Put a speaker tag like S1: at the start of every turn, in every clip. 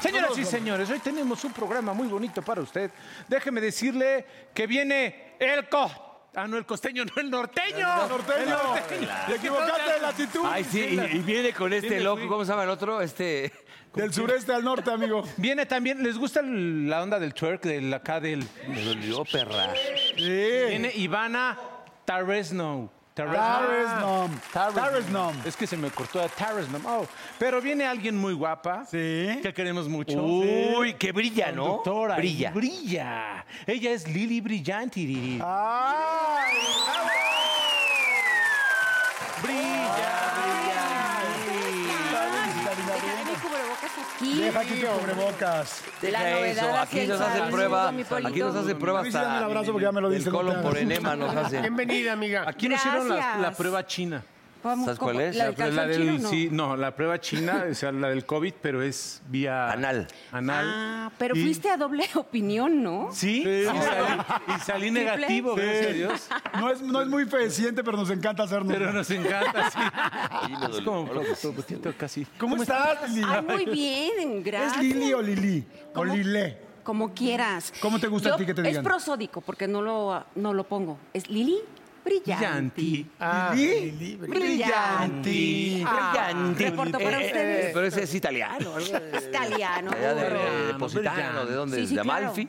S1: Señoras y señores, hoy tenemos un programa muy bonito para usted. Déjeme decirle que viene el co. Ah, no, el costeño, no, el norteño. El norteño.
S2: Te equivocaste de latitud.
S3: Ay, sí, y, y viene con este
S1: me
S3: loco,
S1: fui.
S3: ¿cómo se llama el otro? Este.
S2: Del sureste al norte, amigo.
S1: Viene también, ¿les gusta el- la onda del twerk, del acá del...
S3: Me dolió, perra.
S1: Viene Ivana Taresno. Taresno.
S2: Taresnom. Taresnom.
S1: Ah. Es que se me cortó a Taresno. Oh, pero viene alguien muy guapa.
S2: Sí.
S1: Que queremos mucho.
S3: Uy, que brilla, ¿no?
S1: Doctora.
S3: Brilla.
S1: Brilla. Ah, Ella es Lili Brillanti. Riri.
S2: ¡Ay! Deja aquí tu cubrebocas.
S4: La
S3: Deja
S4: novedad
S3: eso.
S4: hacia
S3: Aquí
S4: el
S3: nos hacen
S4: saludo,
S3: prueba.
S4: mi Polito.
S3: Aquí nos hacen prueba
S2: Luis, dame
S3: hasta.
S2: el abrazo porque ya me lo
S3: del
S2: dice, no te
S3: colon
S2: hagas.
S3: por enema nos hacen.
S5: Bienvenida, amiga.
S1: Aquí nos hicieron la,
S4: Gracias.
S1: la prueba china.
S4: ¿Cómo-
S3: ¿Sabes
S4: cómo-
S3: cuál es?
S4: ¿La del calzón
S1: del,
S4: chino, no?
S1: sí, no, la prueba china, o sea, la del COVID, pero es vía
S3: Anal.
S1: Anal.
S4: Ah, pero
S1: Y-
S4: fuiste a doble opinión, ¿no?
S1: Sí, Y, salí, y salí negativo, gracias a Dios.
S2: No es, no es muy fehaciente, pero nos encanta hacernos.
S1: Pero nos encanta, sí.
S3: me
S1: es
S3: dolió.
S1: como un poquito casi.
S2: ¿Cómo, estás, Lili?
S4: Ay, muy bien,
S2: ¿Es
S4: gracias.
S2: Lili o Lili? O
S4: ¿Cómo?
S2: Lilé.
S4: Como quieras.
S2: ¿Cómo te gusta
S4: Yo-
S2: a ti que te
S4: Es
S2: digan?
S4: prosódico, porque no lo, no lo pongo. Es Lili Brillanti.
S1: Yanti. Ah,
S2: ¿Lili?
S4: Brillanti.
S3: Brillante.
S4: Reporto para
S3: Eh, eh,
S4: ustedes.
S3: Pero ese es italiano. algo de-
S4: Italiano.
S3: de allá de,
S4: burro.
S3: de Positano, ¿de dónde?
S4: Sí, sí,
S3: ¿De
S4: claro.
S3: Amalfi?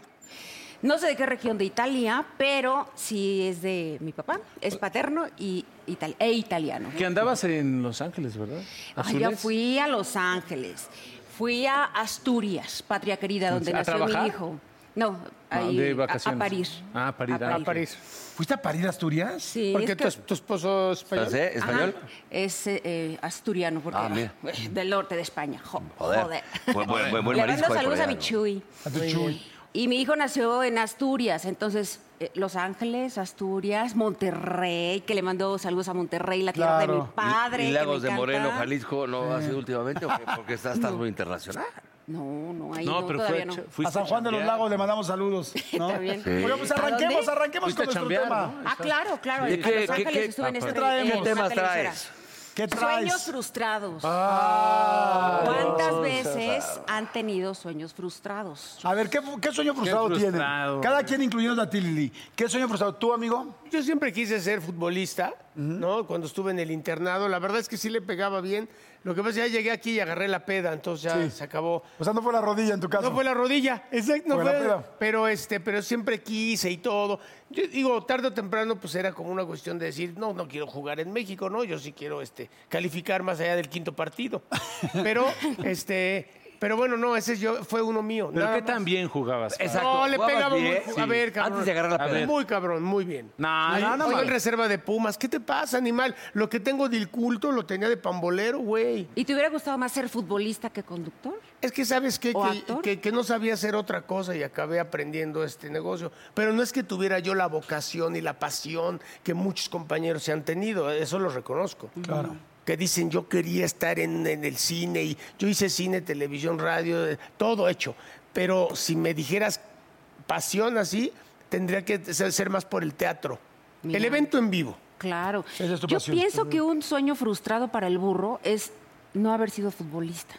S4: No sé de qué región de Italia, pero sí es de mi papá.
S3: Ah.
S4: Es paterno y itali- e italiano.
S1: Que andabas en Los Ángeles, ¿verdad?
S4: Ay, yo fui a Los Ángeles, fui a Asturias, patria querida, donde
S1: ¿A
S4: nació
S1: trabajar?
S4: mi hijo. No,
S1: Ah,
S4: ahí,
S1: de
S4: a-
S1: vacaciones.
S4: A, París.
S1: Ah, a París, ah. A París.
S2: ¿Fuiste a parir a Asturias?
S4: Sí,
S5: Porque
S4: es que-
S5: tu, tu esposo es español.
S3: ¿Francés?
S4: Ajá,
S3: ¿Español?
S4: es eh, eh, asturiano, porque
S3: Ah, mira.
S4: del norte de España. jo-
S3: Joder.
S4: joder.
S3: Buen- buen- buen- buen
S4: Le
S3: marisco
S4: mando
S3: hay por
S4: saludos a
S3: allá,
S4: mi
S3: ¿no?
S4: Chuy.
S2: A tu chuy.
S4: Y mi hijo nació en Asturias, entonces eh, Los Ángeles, Asturias, Monterrey, que le mando saludos a Monterrey, la tierra de
S2: Claro.
S4: mi padre.
S3: Y- y
S4: que
S3: Lagos
S4: me
S3: de Moreno,
S4: encanta. Ah.
S3: Jalisco, ¿no ha sido últimamente? ¿o qué? Porque estás estás muy internacional.
S4: No, no, ahí
S1: No,
S4: no,
S1: pero
S4: todavía
S1: fue,
S4: no.
S1: fuiste
S2: a San Juan de los
S1: chambear.
S2: Lagos le mandamos saludos. ¿no?
S4: También. Sí.
S2: Oiga, pues
S4: ¿A dónde?
S2: arranquemos, arranquemos
S1: Fuiste
S2: con
S1: a
S2: nuestro
S1: chambear,
S2: tema.
S1: ¿no?
S4: Ah, claro, claro.
S3: ¿De
S4: en
S3: qué-
S4: Los
S3: qué-
S4: Ángeles
S3: qué-
S4: estuve en
S3: ah,
S4: este
S3: pues.
S2: ¿Qué
S3: temas traes?
S2: ¿Qué traes?
S4: Sueños frustrados.
S2: Ah.
S4: ¿Cuántas veces han tenido sueños frustrados?
S2: A ver, ¿qué, fu- qué sueño frustrado,
S1: frustrado,
S2: tienen? Cada quien, incluyendo a ti, Lili. ¿Qué sueño frustrado? ¿Tú, amigo?
S5: Yo siempre quise ser futbolista, ¿no? Cuando estuve en el internado, la verdad es que sí le pegaba bien. Lo que pasa es que ya llegué aquí y agarré la peda, entonces ya se acabó.
S2: O sea, no fue la rodilla en tu caso.
S5: No fue la rodilla, exacto, no
S2: Fue
S5: fue.
S2: la peda.
S5: Pero este, pero siempre quise y todo. Yo digo, tarde o temprano, pues era como una cuestión de decir, no, no quiero jugar en México, no, yo sí quiero este, calificar más allá del quinto partido. Pero, este, pero bueno, no, ese yo fue uno mío.
S1: ¿Pero
S5: nada
S1: qué
S5: más.
S1: tan bien jugabas? Pablo?
S3: Exacto.
S5: No, le
S3: ¿Jugabas
S5: pegaba muy.
S3: bien?
S5: A
S3: Sí.
S5: ver, cabrón.
S3: Antes de agarrar la
S5: A
S3: peda.
S5: ver. Muy cabrón, muy bien.
S1: No,
S5: Oye,
S1: no, no,
S5: oye,
S1: mal.
S5: en reserva de Pumas. ¿Qué te pasa, animal? Lo que tengo de culto lo tenía de pambolero, güey.
S4: ¿Y te hubiera gustado más ser futbolista que conductor?
S5: Es que sabes qué?
S4: ¿O
S5: que,
S4: actor?
S5: que, que no sabía hacer otra cosa y acabé aprendiendo este negocio. Pero no es que tuviera yo la vocación y la pasión que muchos compañeros se han tenido, eso lo reconozco. Claro. Que dicen yo quería estar en, en el cine y yo hice cine, televisión, radio, eh, todo hecho. Pero si me dijeras pasión así, tendría que ser ser más por el teatro.
S4: Mira.
S5: El evento en vivo.
S4: Claro.
S2: Esa es tu
S4: Yo
S2: pasión.
S4: pienso que un sueño frustrado para el burro es No haber sido futbolista.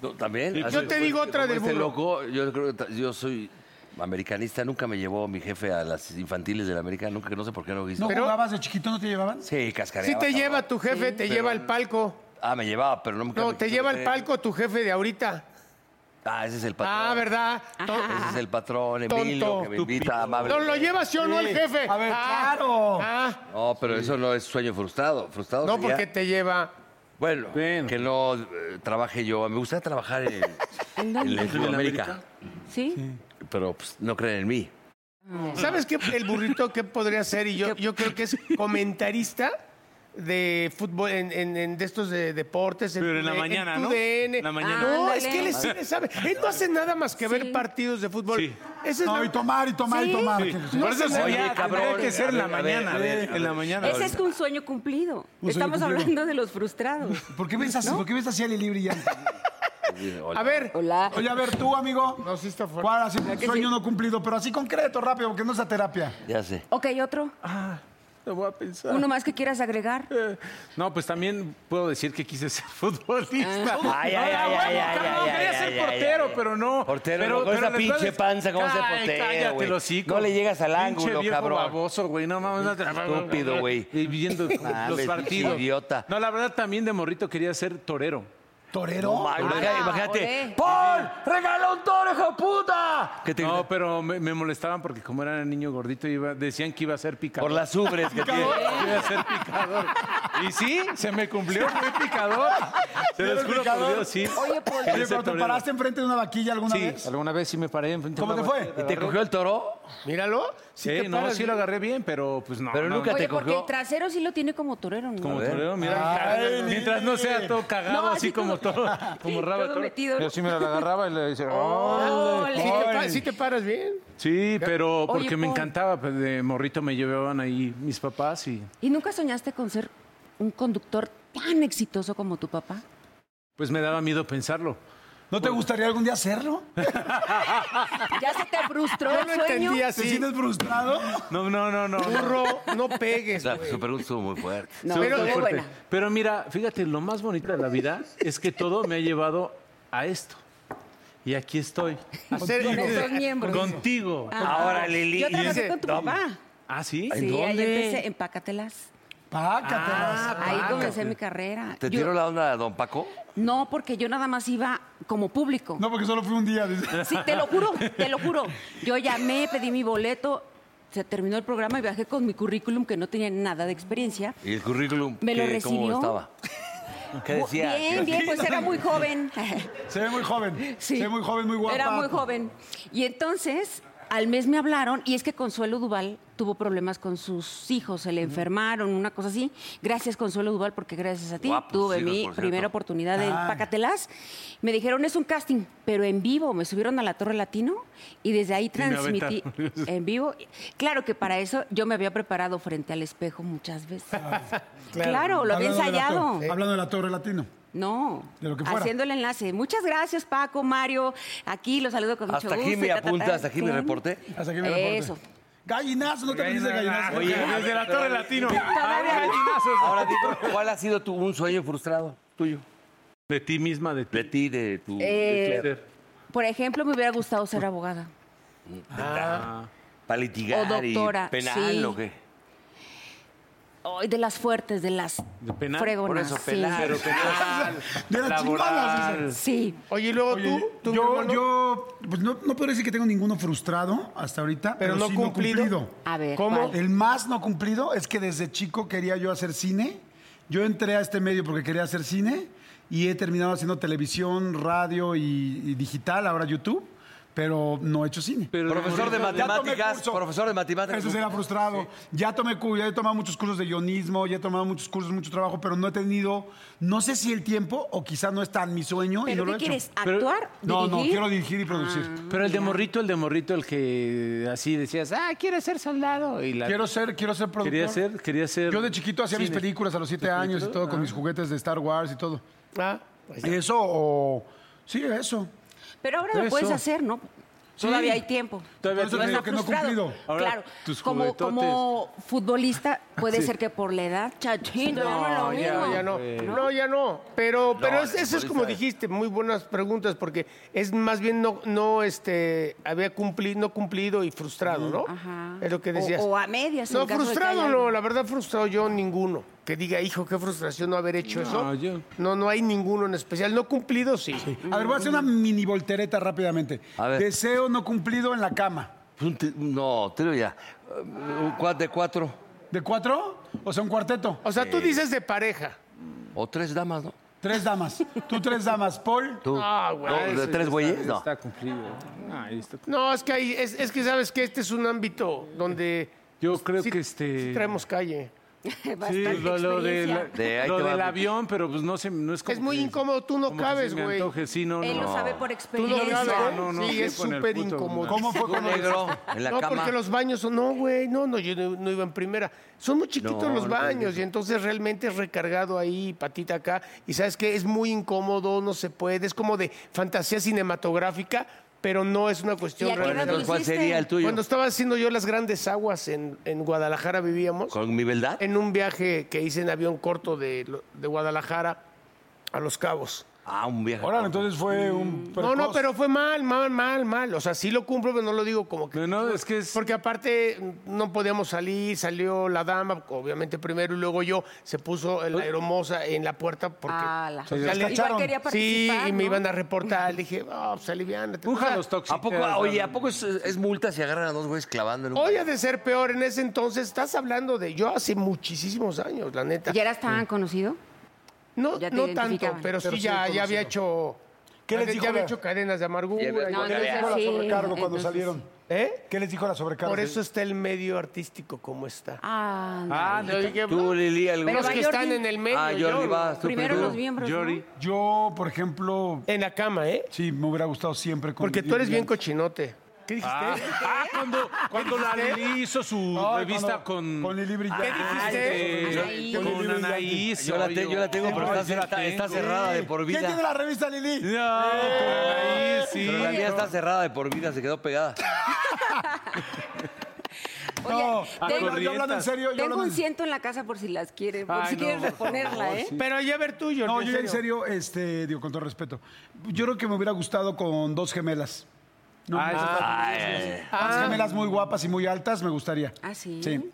S3: No, también.
S5: Yo
S3: así
S5: te
S3: como
S5: digo
S3: este-
S5: otra
S3: como
S5: del
S3: este
S5: burro.
S3: loco, yo creo que ta- yo soy americanista, nunca me llevó mi jefe a las infantiles del América, nunca, no sé por qué no quiso.
S2: ¿No
S5: Pero-
S2: jugabas de chiquito? ¿No te llevaban?
S3: Sí, cascareaba.
S5: Sí te
S3: cabrón.
S5: lleva tu jefe, te lleva al palco.
S3: Ah, me llevaba, pero no me
S5: No, te lleva al palco tu jefe de ahorita.
S3: Ah, ese es el patrón.
S5: Ah, ¿verdad? To-
S3: Ese es el patrón,
S5: Tonto.
S3: Emilio, que me invita amable.
S5: No, ¿Lo llevas sí o no el jefe?
S2: A ver,
S5: Ah,
S2: claro.
S5: ah.
S3: No, pero eso no es sueño frustrado. Frustrado
S5: No,
S3: sería-
S5: porque te lleva...
S3: Bueno, que no eh, trabaje yo. Me gusta trabajar en,
S4: ¿En
S3: en
S4: dónde?
S3: el Club América,
S4: ¿Sí?
S3: pero pues, no creen en mí.
S5: ¿Sabes qué? El burrito, ¿qué podría ser? Y yo, yo creo que es comentarista de fútbol, en, en- en de estos de deportes.
S6: Pero en la mañana, ¿no?
S5: TUDN.
S6: En la mañana.
S5: No,
S4: Ándale.
S5: es que él sí le sabe. Él no hace nada más que ver
S4: Sí.
S5: partidos de fútbol.
S6: Sí.
S5: Ese es
S2: No,
S5: la-
S2: y tomar, y tomar, y tomar.
S1: Por eso
S3: Oye,
S1: sería,
S3: cabrón,
S1: tendría que ser en
S3: a
S1: la
S3: ver, a ver,
S1: mañana.
S3: a ver, a
S1: en la
S3: ver.
S1: mañana.
S4: Ese es un sueño cumplido.
S2: Un sueño
S4: Estamos
S2: cumplido.
S4: hablando de los frustrados.
S2: ¿Por qué ves así? ¿Por qué ves así a Lili brillante?
S5: A ver,
S4: Hola.
S2: Oye, a ver, tú, amigo.
S5: No, sí está fuerte.
S2: ¿Cuál así? Sueño
S4: sí?
S2: no cumplido, pero así concreto, rápido, porque no es a terapia.
S3: Ya sé.
S4: Ok, otro.
S2: Ah,
S1: Lo voy a pensar.
S4: Uno más que quieras agregar.
S2: Eh,
S1: No, pues también puedo decir que quise ser futbolista.
S3: Ay, ay,
S1: No,
S3: ay,
S1: la
S3: ay,
S1: huevo,
S3: ay,
S1: cabrón,
S3: ay,
S1: quería
S3: ay,
S1: ser
S3: ay, ay,
S1: portero,
S3: ay, ay.
S1: pero no.
S3: Portero,
S1: pero,
S3: no, con
S1: pero
S3: esa
S1: les voy a
S3: pinche
S1: decir-
S3: panza, ¿cómo vas a ser
S1: Ay,
S3: portero,
S1: Cállate,
S3: güey?
S1: el hocico.
S3: No le llegas al
S1: Pinche
S3: ángulo,
S1: viejo
S3: cabrón.
S1: baboso, güey, no mames.
S3: Estúpido, güey.
S1: Y viendo los
S3: Mames,
S1: partidos.
S3: idiota.
S1: No, la verdad, también de morrito quería ser torero.
S2: ¿Torero?
S3: Ah, imagínate-
S4: olé.
S3: imagínate. ¡Paul! ¡Regala un toro, hijo de puta! Que te-
S1: No, pero me, me molestaban porque como era niño gordito, iba- decían que iba a ser picador.
S3: Por las ubres que tiene.
S1: Iba a ser picador. Y sí, se me cumplió, fui picador. Se los
S2: ¿Eres
S1: juro por
S2: picador?
S1: Dios, sí.
S4: Oye, Paul.
S1: Quería
S2: Oye,
S1: ser
S2: pero ¿te
S1: torero.
S2: paraste enfrente de una vaquilla alguna
S1: Sí,
S2: vez?
S1: alguna vez sí me paré. enfrente de
S2: ¿Cómo
S1: una
S2: te fue?
S3: ¿Y te cogió el toro?
S5: míralo.
S1: Sí,
S5: Si te
S1: no,
S5: paras
S1: sí
S5: bien.
S1: lo agarré bien, pero pues no.
S3: Pero
S1: no,
S3: nunca
S1: no.
S3: te
S4: Oye, porque
S3: cogió.
S4: el trasero sí lo tiene como torero, ¿no?
S1: Como
S3: ver.
S1: torero, mira.
S2: Ay,
S1: mientras no sea todo cagado,
S4: No,
S1: así
S4: así todo-
S1: como todo, como raba.
S4: todo
S1: toro.
S4: metido, ¿no?
S1: Pero sí, mira, la agarraba y le decía...
S5: Si
S4: Ole.
S5: te, pa- si te paras bien.
S1: Sí, pero
S4: Oye,
S1: porque me
S4: Paul.
S1: encantaba. pues, De morrito me llevaban ahí mis papás y...
S4: ¿Y nunca soñaste con ser un conductor tan exitoso como tu papá?
S1: Pues me daba miedo pensarlo.
S2: ¿No te gustaría algún día hacerlo?
S4: ¿Ya se te frustró
S5: Yo
S4: el
S5: lo
S4: sueño?
S5: entendí
S2: ¿Te
S5: así.
S2: sientes frustrado?
S1: No, no, no, no.
S5: Burro, no pegues,
S3: La-
S5: güey.
S3: Su pregunta estuvo muy fuerte.
S4: No,
S1: Estuvo
S4: pero
S1: muy
S4: muy
S1: fuerte.
S4: buena.
S1: Pero mira, fíjate, lo más bonito de la vida es que todo me ha llevado a esto. Y aquí estoy.
S5: A ser-
S4: Con esos miembros.
S1: Contigo.
S3: Ahora, Lili.
S4: Yo trabajé
S5: dice,
S4: con tu
S3: no,
S4: papá.
S1: ¿Ah, sí?
S4: Sí, ahí
S3: dónde?
S4: empecé en Pácatelas. Ah,
S2: Pácatelas.
S4: Ahí comencé mi carrera.
S3: ¿Te
S4: Yo-
S3: tiró la onda a don Paco?
S4: No, porque yo nada más iba como público.
S2: No, porque solo fue un día. dice.
S4: Sí, te lo juro, te lo juro. Yo llamé, pedí mi boleto, se terminó el programa y viajé con mi currículum que no tenía nada de experiencia.
S3: ¿Y el currículum?
S4: Me lo
S3: qué- ¿Cómo
S4: recibió.
S3: estaba? ¿Qué decía?
S4: Bien, bien, pues era muy joven.
S2: Se ve muy joven.
S4: Sí.
S2: Se ve muy joven, muy guapa.
S4: Era muy joven. Y entonces, al mes me hablaron, y es que Consuelo Duval tuvo problemas con sus hijos, se le enfermaron, una cosa así. Gracias, Consuelo Duval, porque gracias a ti
S3: Guapos tus
S4: tuve
S3: hijos,
S4: mi
S3: por cierto.
S4: primera oportunidad
S2: Ah.
S4: en Pacatelas. Me dijeron, es un casting, pero en vivo. Me subieron a la Torre Latino y desde ahí
S1: me
S4: transmití en vivo. Claro que para eso yo me había preparado frente al espejo muchas veces. Claro, lo había
S2: Ah, Hablando de la
S4: ensayado.
S2: torre- Hablando de la Torre Latino.
S4: No,
S2: De lo que fuera.
S4: haciendo el enlace. Muchas gracias, Paco, Mario. Aquí los saludo con
S3: Hasta
S4: mucho
S3: aquí
S4: gusto.
S3: mi
S4: y ta, ta, ta.
S3: apunta, hasta aquí mi
S4: Claro.
S3: reporte.
S2: Hasta aquí me reporte.
S4: Eso.
S2: Gallinazo, no te aprendiste gallinazo.
S1: Oye, desde la Torre Latino.
S4: Todavía
S1: Ahora
S4: no.
S1: gallinazos.
S3: Ahora dime, ¿cuál ha sido tu, un sueño frustrado tuyo?
S1: De ti misma, de ti.
S3: De ti, de tu...
S4: Eh,
S3: de
S4: Por ejemplo, me hubiera gustado ser abogada.
S1: Ah.
S3: ¿Para litigar
S4: o doctora,
S3: y penal
S4: sí.
S3: o qué?
S4: Hoy de las fuertes, de las
S1: De penal,
S3: Por
S4: fregonas.
S3: eso,
S4: sí.
S3: penal.
S2: De las chingonas. dice.
S4: Sí.
S5: Oye, y luego
S2: Oye,
S5: tú, tú, mi
S2: yo,
S5: hermano,
S2: yo, pues no, no puedo decir que tengo ninguno frustrado hasta ahorita,
S5: Pero
S2: pero,
S5: no
S2: sí
S5: cumplido.
S2: no cumplido.
S4: A ver.
S5: ¿Cómo?
S4: ¿cuál?
S2: El más no cumplido es que desde chico quería yo hacer cine. Yo entré a este medio porque quería hacer cine y he terminado haciendo televisión, radio y, y digital, ahora YouTube, pero no he hecho cine.
S3: Profesor de
S2: Ya tomé
S3: matemáticas,
S2: curso.
S3: profesor de matemáticas.
S2: Eso será frustrado. Ya tomé cu- ya he tomado muchos cursos de guionismo, ya he tomado muchos cursos, mucho trabajo, pero no he tenido, no sé si el tiempo o quizá no está en mi sueño y
S4: ¿Pero qué
S2: no lo he hecho.
S4: quieres?
S1: Pero-
S4: ¿Actuar?
S2: No, no,
S4: ¿Dirigir?
S2: quiero dirigir y producir.
S1: Pero el de morrito, el de morrito, el que así decías, ah, quiero ser soldado. Y la...
S2: Quiero ser, quiero ser productor.
S1: Quería ser, quería ser...
S2: Yo de chiquito hacía mis
S1: cine.
S2: películas a los siete años y todo, con mis juguetes de Star Wars y todo.
S5: Ah,
S2: Eso o... Sí, eso.
S4: Pero ahora lo puedes
S2: Eso.
S4: hacer, ¿no? Todavía hay tiempo.
S2: Todavía Por eso
S4: no
S2: te digo
S4: está
S2: que no he
S4: frustrado.
S2: cumplido.
S1: Ahora,
S4: claro,
S1: tus
S4: como,
S1: juguetotes.
S4: como futbolista, puede ser que por la edad, chachín, no,
S5: No,
S4: lo
S5: ya,
S4: mismo.
S5: ya no. No, ya no. Pero, pero es- eso es como dijiste, muy buenas preguntas, porque es más bien no, no este, había cumplido, no cumplido y frustrado, ¿no?
S4: Ajá.
S5: Es lo que
S4: O-
S5: decías.
S4: o a medias, en
S5: No,
S4: caso de que
S5: frustrado
S4: haya
S5: no,
S4: algo.
S5: la verdad frustrado yo ninguno. Que diga, hijo, qué frustración no haber hecho eso.
S1: yo-
S5: No, no hay ninguno en especial. No cumplido, sí.
S2: A ver, voy a hacer una mini voltereta rápidamente.
S3: A ver.
S2: Deseo no cumplido en la cama.
S3: Un tri- no, trío ya. Eh, Un cuad de cuatro
S2: ¿De cuatro? O sea, un cuarteto.
S5: O sea, tú dices de pareja.
S3: o tres damas, ¿no?
S2: Tres damas. Tú tres damas, Paul.
S3: Tú.
S5: Ah, güey,
S3: No, ¿De tres güeyes? No.
S1: Está cumplido. Ah, está
S5: No, es que hay, es, es que sabes que este es un ámbito donde
S1: Yo creo
S5: sí-
S1: que este-
S5: sí traemos calle.
S1: Sí,
S4: Bastante
S1: lo, lo de la-
S4: experiencia.
S3: De ahí
S1: lo
S3: te va.
S1: del avión, pero pues no se no es como
S5: Es muy
S1: que-
S5: incómodo, tú no
S1: como que se
S5: cabes,
S1: me
S5: güey.
S1: antoje, sí, no,
S4: Él
S1: no.
S4: lo sabe por
S5: Tú
S4: experiencia.
S5: lo sabes,
S1: Ah,
S5: ¿eh?
S1: no, no,
S5: sí,
S1: sí,
S5: es
S1: con el
S5: súper
S1: puto,
S5: incómodo.
S1: no.
S2: ¿Cómo fue
S3: Tú,
S2: cuando
S3: negro, en la
S5: no,
S3: cama.
S5: porque los baños son, no, güey, no, no, yo no, no iba en primera. Son muy chiquitos
S3: No,
S5: los
S3: no,
S5: baños y entonces realmente es recargado ahí, patita acá. Y sabes que es muy incómodo, no se puede, es como de fantasía cinematográfica, pero no es una cuestión
S4: ¿Y a qué
S5: real.
S4: edad
S3: Entonces, ¿cuál
S4: hiciste?
S3: sería el tuyo?
S5: Cuando estaba haciendo yo las grandes aguas en, en Guadalajara vivíamos,
S3: ¿Con mi verdad?
S5: en un viaje que hice en avión corto de, lo- de Guadalajara a Los Cabos.
S3: Ah, un viaje.
S2: Órale, entonces fue un.
S5: No, no,
S2: precoz.
S5: pero fue mal, mal, mal, mal. O sea, sí lo cumplo, pero no lo digo como que...
S1: No, no, es que es
S5: Porque aparte no podíamos salir, salió la dama, obviamente primero, y luego yo, se puso la aeromosa en la puerta porque...
S4: Ah, la-
S5: o sea, le-
S4: Igual quería
S5: sí,
S4: participar,
S5: y me
S4: ¿no?
S5: iban a reportar. Le dije, ah, pues aliviánate.
S1: un
S5: O sea,
S1: jalos tóxico.
S3: ¿A poco, ah, oye, ¿a poco es, es multa si agarran a dos güeyes clavando en un
S5: Hoy ha de ser peor en ese entonces. Estás hablando de yo hace muchísimos años, la neta.
S4: ¿Ya eras tan conocido?
S5: no
S4: ya te
S5: no tanto,
S4: identificaban.
S5: pero,
S2: Pero
S5: sí,
S2: sí
S5: ya, ya
S2: conocido.
S5: había hecho.
S2: ¿Qué
S5: ya
S2: les
S5: había-
S2: dijo
S5: ya había
S2: la-
S5: hecho cadenas de
S3: Ya
S5: amargura.
S3: había-
S5: y-
S3: No,
S2: ¿Qué les dijo la
S4: Sí,
S2: sobrecargo cuando
S4: entonces-
S2: salieron?
S5: ¿Eh?
S2: ¿Qué les dijo la sobrecargo?
S5: Por eso está el medio artístico como está.
S4: Ah,
S1: Ah,
S5: Yo dije,
S3: Tú, Lili, algún...
S4: Pero
S5: los que
S4: Jordi-
S5: están en el medio.
S3: Ah,
S5: yo
S3: Jordi
S5: no.
S3: vas. tú
S4: primero
S3: tú.
S4: los miembros, ¿no?
S1: Yori.
S2: Yo, por ejemplo,
S5: En la cama, ¿eh?
S2: sí, me hubiera gustado siempre con
S5: Porque tú eres bien cochinote. ¿Qué dijiste?
S1: Ah, ah, cuando, cuando la Lili hizo su
S2: Ay,
S1: revista
S2: cuando-
S1: con.
S2: con Lili Brillante. ¿Qué
S1: dijiste?
S4: Anaí.
S1: con
S2: Con Lili
S1: Anaís.
S3: Yo la, te- yo la tengo,
S1: Ay,
S3: pero
S1: yo
S3: está,
S1: la
S3: cer- está
S1: tengo.
S3: cerrada de por
S2: ¿Quién tiene
S3: vida.
S2: la revista, Lili?
S1: No, con Anaís, sí.
S3: Pero la mía está cerrada de por vida, se quedó pegada.
S2: No,
S4: tengo-
S2: yo, yo hablando en serio, yo
S4: Tengo un
S2: hablando en serio.
S4: ciento en la casa por si las quieres, por
S1: Ay,
S4: si
S1: no,
S4: quieres
S1: por
S4: reponerla,
S1: favor,
S4: ¿eh?
S1: sí.
S5: Pero ya a ver tú, Jordi.
S2: No, yo ya en serio, este, digo, con todo respeto, yo creo que me hubiera gustado con dos gemelas. No,
S1: Ah, eso está-
S2: Unas
S7: Ah.
S5: Ah.
S2: gemelas muy guapas y muy altas, me gustaría.
S4: Ah, ¿sí?
S2: Sí.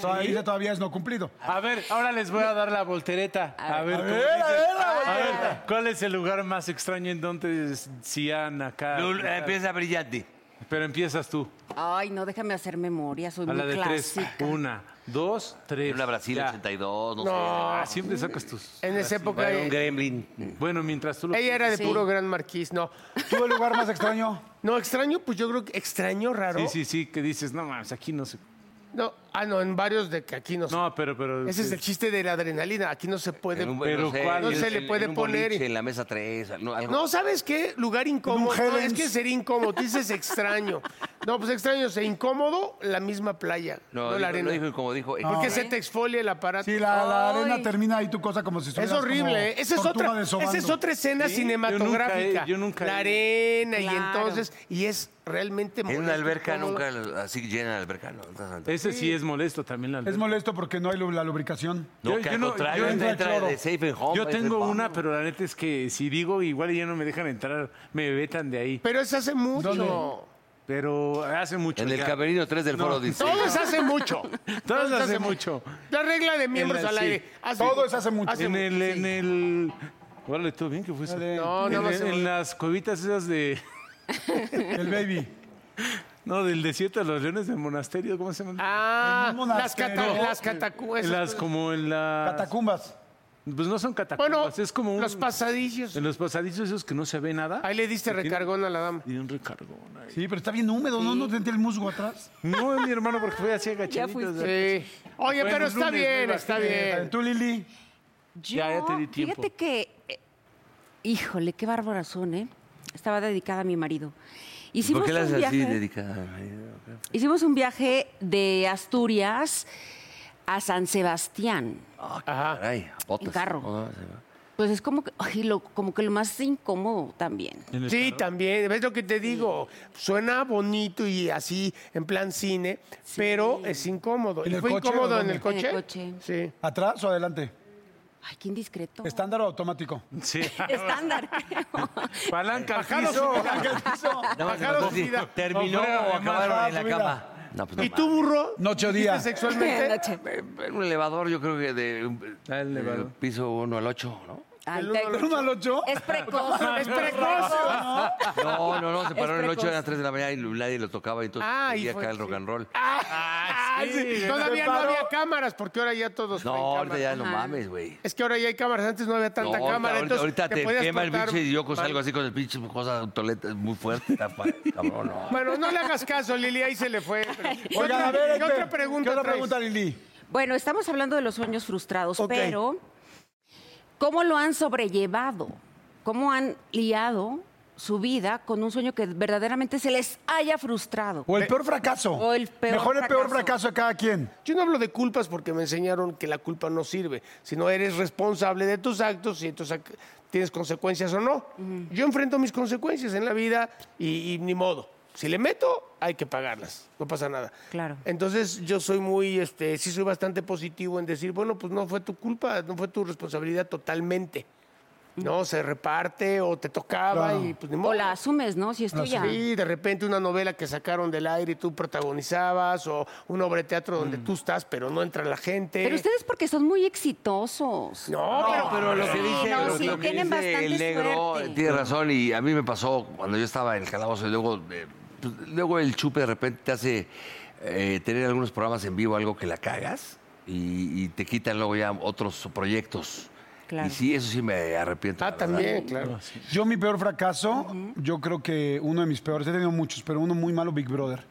S2: Todavía, todavía es no cumplido.
S1: A ver, ahora les voy a dar la voltereta. A ver, ¿cómo
S2: ver, a
S1: dicen?
S2: ver, la
S1: A ver, ¿cuál es el lugar más extraño en donde Cian acá?
S3: Lul, empieza brillante.
S1: Pero empiezas tú.
S4: Ay, no, déjame hacer memoria, soy
S1: A
S4: muy
S1: la de tres.
S4: clásica.
S1: Una, dos, tres.
S3: Una Brasil
S1: Ya.
S3: 82, no,
S5: No,
S1: Ah, siempre sacas tus.
S5: en esa
S3: sé.
S5: época. eh,
S3: Bueno, un gremlin.
S1: Bueno, mientras tú lo.
S5: Ella era de
S4: Sí.
S5: puro gran marquís, no.
S2: ¿Tú el lugar más extraño?
S5: No, extraño, pues yo creo que extraño, raro.
S1: Sí, sí, sí, que dices, no mames, aquí no se.
S5: No, ah, no, en varios de que aquí no se-
S1: No, pero, pero.
S5: Ese es el chiste de la adrenalina. Aquí no se puede.
S3: En un-
S1: Pero
S3: sé,
S1: ¿cuál?
S3: en-
S5: No se le
S3: en-
S5: puede
S3: en un
S5: poner.
S3: boliche, en la mesa 3. No, algo.
S5: No, ¿sabes qué? Lugar incómodo.
S2: En un
S5: No, es
S2: Helens.
S5: que sería incómodo. Tú dices extraño. No, pues extraño. Se incómodo la misma playa. No,
S3: no,
S5: la
S3: dijo,
S5: arena.
S3: no dijo como dijo.
S5: Porque se te exfolia el aparato.
S2: Sí, la, la
S4: Ay.
S2: arena termina ahí tu cosa como si
S5: Es
S2: estuvieras como
S5: horrible, ¿eh? esa es,
S2: tortuga
S5: otra,
S2: deshogando.
S5: esa es otra escena
S1: Sí, yo nunca he-
S5: cinematográfica.
S1: yo nunca he-
S5: la arena y
S4: Claro.
S5: entonces, y es realmente
S3: En
S5: molesto
S3: una alberca
S5: todo.
S3: nunca, así llena la alberca. No, estás ante-
S1: Ese sí es molesto también la
S2: Es molesto porque no hay lu- la lubricación.
S3: No,
S1: yo-
S3: que
S1: yo
S3: al
S1: no-
S3: contrario,
S1: yo
S3: entra,
S2: entra
S3: entra
S2: cloro.
S3: de safe and home.
S1: Yo
S3: es de
S1: tengo
S3: pavo.
S1: una, pero la neta es que si digo, igual ya no me dejan entrar, me vetan de ahí.
S5: Pero eso hace mucho.
S1: Pero hace mucho.
S3: En el
S1: ya.
S3: camerino 3 del foro dice.
S5: Todo es hace mucho.
S1: Todo es
S5: es
S1: hace mucho.
S5: La regla de miembros
S1: En la-
S5: al
S1: sí.
S5: aire. Ah, hace
S2: Todo es hace mucho.
S1: En el, en el. Órale, todo bien que fuiste.
S5: No,
S1: en,
S5: nada más
S1: en-
S5: se me-
S1: en las cuevitas esas de.
S2: El baby.
S1: No, del desierto de los leones del monasterio, ¿cómo se llama?
S5: Ah,
S2: En un
S5: las,
S2: monasterio.
S5: cata- las catacumbas.
S1: en las, como en las.
S2: Catacumbas.
S1: Pues no son catacumbas,
S5: Bueno,
S1: es como un-
S5: los pasadillos.
S1: En los pasadizos esos que no se ve nada.
S5: Ahí le diste recargón a la dama.
S1: Y un recargón. ahí.
S2: Sí, pero está bien húmedo, ¿no? ¿No te entra el musgo atrás?
S1: No, mi hermano, porque fue así agachadito.
S4: fuiste.
S5: Sí. Oye,
S1: Bueno,
S5: pero
S1: es
S5: está
S1: lunes,
S5: bien,
S1: me
S5: está
S1: imagino.
S5: bien.
S2: ¿Tú, Lili?
S4: Yo,
S1: Ya, ya te di tiempo.
S4: fíjate que, eh, híjole, qué bárbara son, ¿eh? Estaba dedicada a mi marido. Hicimos
S3: ¿Por qué la
S4: un
S3: haces así
S4: viaje-
S3: dedicada?
S4: Hicimos un viaje de Asturias a San Sebastián.
S3: Ajá. Caray, botas.
S4: En carro.
S3: Ah, sí, va.
S4: Pues es como que, ay, lo, como que lo más incómodo también.
S5: Sí, también, ¿ves lo que te digo? Suena bonito y así, en plan cine, pero es incómodo.
S2: ¿En
S5: ¿Y
S2: el
S5: fue
S2: coche
S5: incómodo
S2: o
S5: en
S2: dónde?
S5: el coche?
S4: En el coche.
S5: Sí.
S2: ¿Atrás o adelante?
S4: Ay, qué indiscreto.
S2: ¿Estándar o automático?
S1: Sí.
S4: Estándar, creo.
S1: Palanca al
S5: Bajados
S1: piso.
S5: Bajaros
S3: no,
S5: y da-
S3: ¿Terminó o acabaron en la cama? No, pues no
S5: ¿Y tú, burro?
S2: Noche o
S5: ¿Viste
S2: día.
S5: sexualmente?
S4: Noche.
S3: mames. Un elevador, yo creo que de
S1: Ah, el
S3: de
S1: elevador.
S3: piso 1 al 8, ¿no?
S4: Ay,
S5: El uno
S4: te-
S5: al
S2: ¿Uno al ocho?
S4: Es precoz.
S5: Es precoz.
S3: No, no, no, se
S4: Es
S3: paró en el 8
S4: precoz.
S3: a las 3 de la mañana y nadie lo tocaba y entonces
S5: Ah, y
S3: seguía
S5: fue-
S3: acá el rock and roll.
S5: Ah, sí. Todavía no había cámaras, porque ahora ya todos
S3: No,
S5: traen
S3: ahorita
S5: cámaras.
S3: ya no mames, güey.
S5: Es que ahora ya hay cámaras, antes no había tanta
S3: No,
S5: cámara.
S3: ahorita-
S5: entonces
S3: ahorita te,
S5: podías
S3: quema el
S5: cortar-
S3: pinche yoco, salgo así con el pinche pues, cosa toleta muy fuerte, está pa- cabrón, no.
S5: Bueno, no le hagas caso, Lili, ahí se le fue. pero- ¿Qué otra-
S2: Oigan, a ver,
S5: ¿qué
S2: Esther,
S5: otra pregunta
S2: ¿Qué otra
S5: traes?
S2: pregunta, Lili?
S4: Bueno, estamos hablando de los sueños frustrados,
S2: Ok.
S4: pero ¿cómo lo han sobrellevado? ¿Cómo han liado su vida con un sueño que verdaderamente se les haya frustrado?
S2: ¿O el peor fracaso?
S4: O el peor
S2: Mejor el peor
S4: fracaso.
S2: fracaso de cada quien.
S5: Yo no hablo de culpas porque me enseñaron que la culpa no sirve, sino eres responsable de tus actos y entonces ac- tienes consecuencias o no. Yo enfrento mis consecuencias en la vida y, y ni modo. Si le meto, hay que pagarlas, no pasa nada.
S4: Claro.
S5: Entonces yo soy muy, este, sí soy bastante positivo en decir, bueno, pues no fue tu culpa, no fue tu responsabilidad totalmente. No, se reparte o te tocaba
S2: Claro.
S5: y pues ni modo.
S4: O la asumes, ¿no? Si es tuya.
S5: Sí, de repente una novela que sacaron del aire y tú protagonizabas, o una obra de teatro donde tú estás, pero no entra la gente.
S4: Pero ustedes porque son muy exitosos.
S5: No, pero, pero lo que dice.
S4: no, sí,
S3: que
S4: tienen bastante
S3: el negro
S7: eh,
S4: suerte.
S3: tiene razón y a mí me pasó cuando yo estaba en el calabozo y luego, eh, pues, luego el chupe de repente te hace eh, tener algunos programas en vivo, algo que la cagas y, y te quitan luego ya otros proyectos.
S4: Claro.
S3: Y sí, eso sí me arrepiento.
S5: Ah,
S3: la verdad.
S5: también, claro.
S2: Yo mi peor fracaso, yo creo que uno de mis peores, he tenido muchos, pero uno muy malo, Big Brother.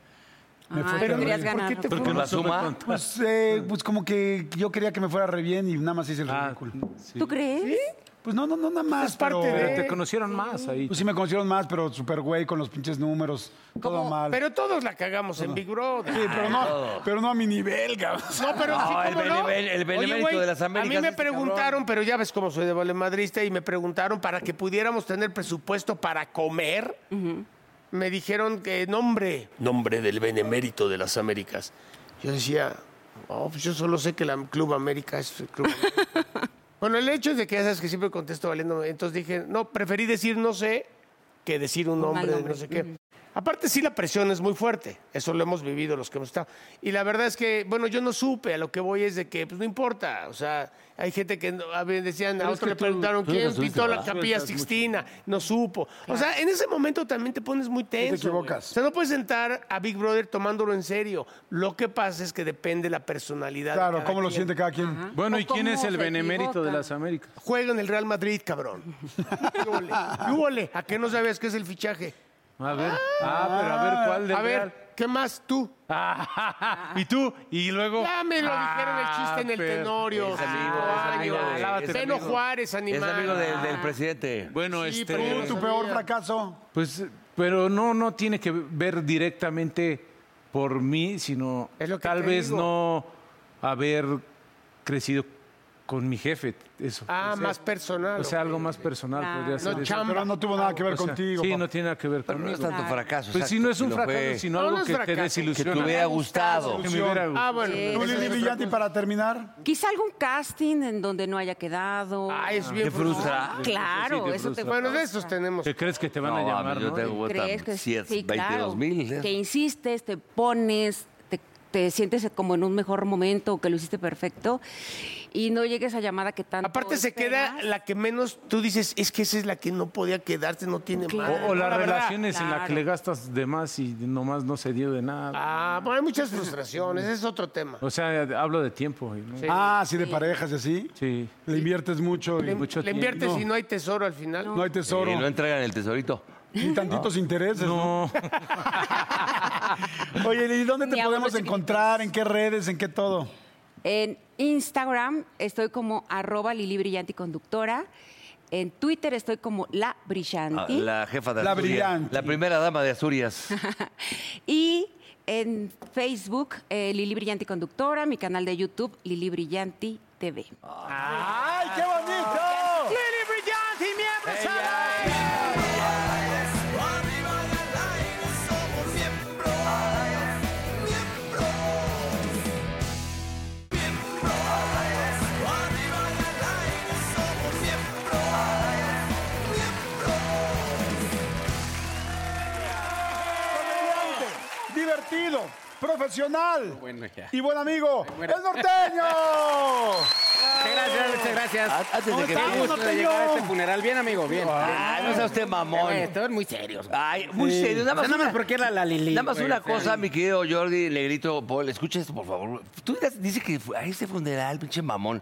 S2: Me
S4: Ay, pero
S2: fue terrible.
S4: querías ganar.
S5: ¿Por qué te
S3: Porque la suma...
S2: Pues, eh, pues como que yo quería que me fuera re bien y nada más hice el
S1: Ah,
S2: ridículo.
S4: ¿Tú crees?
S2: Pues no, no, no, nada más.
S5: Es parte
S2: pero-
S5: de-
S1: Pero te conocieron más ahí.
S2: Pues sí me conocieron más, pero super güey con los pinches números, todo
S4: Como-
S2: mal.
S5: Pero todos la cagamos en Big Brother.
S2: Sí, pero no, pero no a mi nivel, cabrón.
S5: No, pero sí,
S3: No, el
S5: ¿cómo
S3: bene-
S5: no?
S3: el- el
S5: Oye,
S3: benemérito
S5: güey,
S3: de las Américas
S5: A mí me
S3: este
S5: preguntaron,
S3: cabrón.
S5: pero ya ves cómo soy de valemadrista, y me preguntaron para que pudiéramos tener presupuesto para comer. Me dijeron que nombre. Nombre del benemérito de las Américas. Yo decía, oh, pues yo solo sé que la Club América es el Club América". bueno, el hecho es de que ya sabes que siempre contesto valiendo. Entonces dije, no, preferí decir no sé que decir un
S4: Un mal
S5: nombre, de
S4: nombre.
S5: no sé qué. Aparte sí la presión es muy fuerte, eso lo hemos vivido los que hemos estado. Y la verdad es que, bueno, yo no supe, a lo que voy es de que, pues no importa, o sea, hay gente que no- a ver, decían, a otro le preguntaron
S3: tú
S5: quién
S3: nunca estuviste,
S5: pintó la
S3: ¿verdad?
S5: capilla Sixtina, no supo. O sea, en ese momento también te pones muy tenso. güey.
S2: equivocas.
S5: O sea, no puedes sentar a Big Brother tomándolo en serio. Lo que pasa es que depende la personalidad. de
S2: Claro,
S5: cada
S2: cómo lo
S5: quien.
S2: siente cada quien.
S1: Bueno,
S4: ¿O
S1: ¿y quién
S4: cómo
S1: es el
S4: se
S1: benemérito de
S4: equivoca?
S1: las Américas?
S5: Juega en el Real Madrid, cabrón. ¿Qué huele? ¿Qué huele? ¿A qué no sabías qué es el fichaje?
S1: A ver. Ah, pero a ver cuál de
S5: A ver, ¿qué más tú? Ah,
S1: ¿Y tú? Y luego.
S5: Ya me lo dijeron el
S1: Ah,
S5: chiste en el
S1: pero-
S5: Tenorio.
S3: pues, Es amigo,
S5: Ah,
S3: es amigo,
S5: año.
S3: güey,
S5: Lávate,
S3: es
S5: Beno
S3: amigo.
S5: Juárez,
S3: Es
S5: animal. Ah.
S3: amigo
S4: Ah.
S3: del, del presidente.
S1: Bueno,
S5: Sí,
S1: este.
S5: pero-
S2: ¿Tu peor fracaso?
S1: Pues, pero no, no tiene que ver directamente por mí, sino
S5: Es lo que
S1: tal
S5: te
S1: vez
S5: digo.
S1: no haber crecido con mi jefe. Eso.
S5: Ah,
S1: O sea,
S5: más personal.
S1: O sea,
S5: ok.
S1: algo más personal
S4: Claro.
S1: podría ser.
S5: No,
S1: eso.
S5: chamba.
S2: Pero no tuvo nada que ver
S1: O sea,
S2: contigo.
S1: Sí,
S2: papá.
S1: no tiene nada que ver
S3: Pero no
S1: conmigo.
S3: es tanto
S4: Claro.
S3: fracaso.
S1: Pues sí,
S3: exacto,
S1: no es un
S3: lo
S1: fracaso,
S3: fue.
S1: sino
S5: No,
S1: algo
S5: no es
S1: que te
S5: fracaso.
S3: que
S1: desilusiona.
S3: te hubiera gustado.
S1: Que me hubiera
S5: Ah,
S1: gustado.
S5: bueno.
S4: Sí.
S2: ¿Tú,
S5: Esa
S2: Lili
S5: es otra
S2: Villanti, para terminar?
S4: Quizá algún casting en donde no haya quedado.
S1: Ah,
S4: Ah,
S5: cosa. Ay, es bien
S3: Te frustra.
S4: claro,
S1: Sí, te
S4: eso te
S1: frustra.
S5: Bueno, de esos tenemos.
S1: ¿Qué crees que te van a
S3: No,
S1: llamar?
S3: yo
S1: no?
S3: tengo-
S4: ¿Crees que
S3: Siete,
S4: sí, claro,
S3: 22,000, ¿eh?
S4: Que insistes, te pones, te, te sientes como en un mejor momento, que lo hiciste perfecto y no llegues a llamada que tanto.
S5: Aparte se
S4: esperas.
S5: queda la que menos tú dices, es que esa es la que no podía quedarse, no tiene
S4: Claro.
S5: madre.
S1: O, o
S5: No,
S1: las
S5: la verdad.
S1: relaciones en las que
S4: claro.
S1: le gastas de más y nomás no se dio de nada.
S5: Ah, bueno, hay muchas frustraciones, ese es otro tema.
S1: O sea, hablo de tiempo. güey, ¿no? Sí.
S2: Ah, sí, de parejas y así. Le inviertes mucho y
S5: Le,
S1: mucho
S5: le inviertes
S2: tiempo.
S5: y no hay tesoro al final.
S2: no hay tesoro.
S3: Y no entregan el tesorito.
S2: Ni tantitos intereses.
S1: No.
S2: Oye, ¿y dónde te
S4: Ni
S2: podemos
S4: abuelos
S2: encontrar? ¿En qué redes? ¿En qué todo?
S4: En Instagram estoy como arroba Lili Brillanti Conductora. En Twitter estoy como La
S3: Ah,
S4: Brillanti.
S3: La jefa de
S2: La
S3: Asturias.
S2: brillante.
S3: La primera dama de Asturias.
S4: Y en Facebook, eh, Lili Brillanti Conductora. Mi canal de YouTube, Lili Brillanti TV.
S2: ¡Ay, qué bonito!
S5: ¡Lili
S2: profesional
S6: Bueno, ya.
S2: y buen amigo, el norteño.
S6: Muchas gracias, muchas gracias.
S3: A- Antes de que
S6: Qué
S3: venga.
S6: gusto de llegar a este funeral. Bien, amigo, bien.
S3: Ay, no sea usted mamón.
S6: Güey, Estaban muy serios. güey.
S3: Ay, muy serio. Nada más,
S6: Nada más
S3: una-
S6: porque era la Lili.
S3: Nada más
S6: güey,
S3: una
S6: o sea,
S3: cosa, mi querido Jordi, le grito, Paul, escucha esto, por favor. Tú dirás- dice que fue a este funeral, pinche mamón.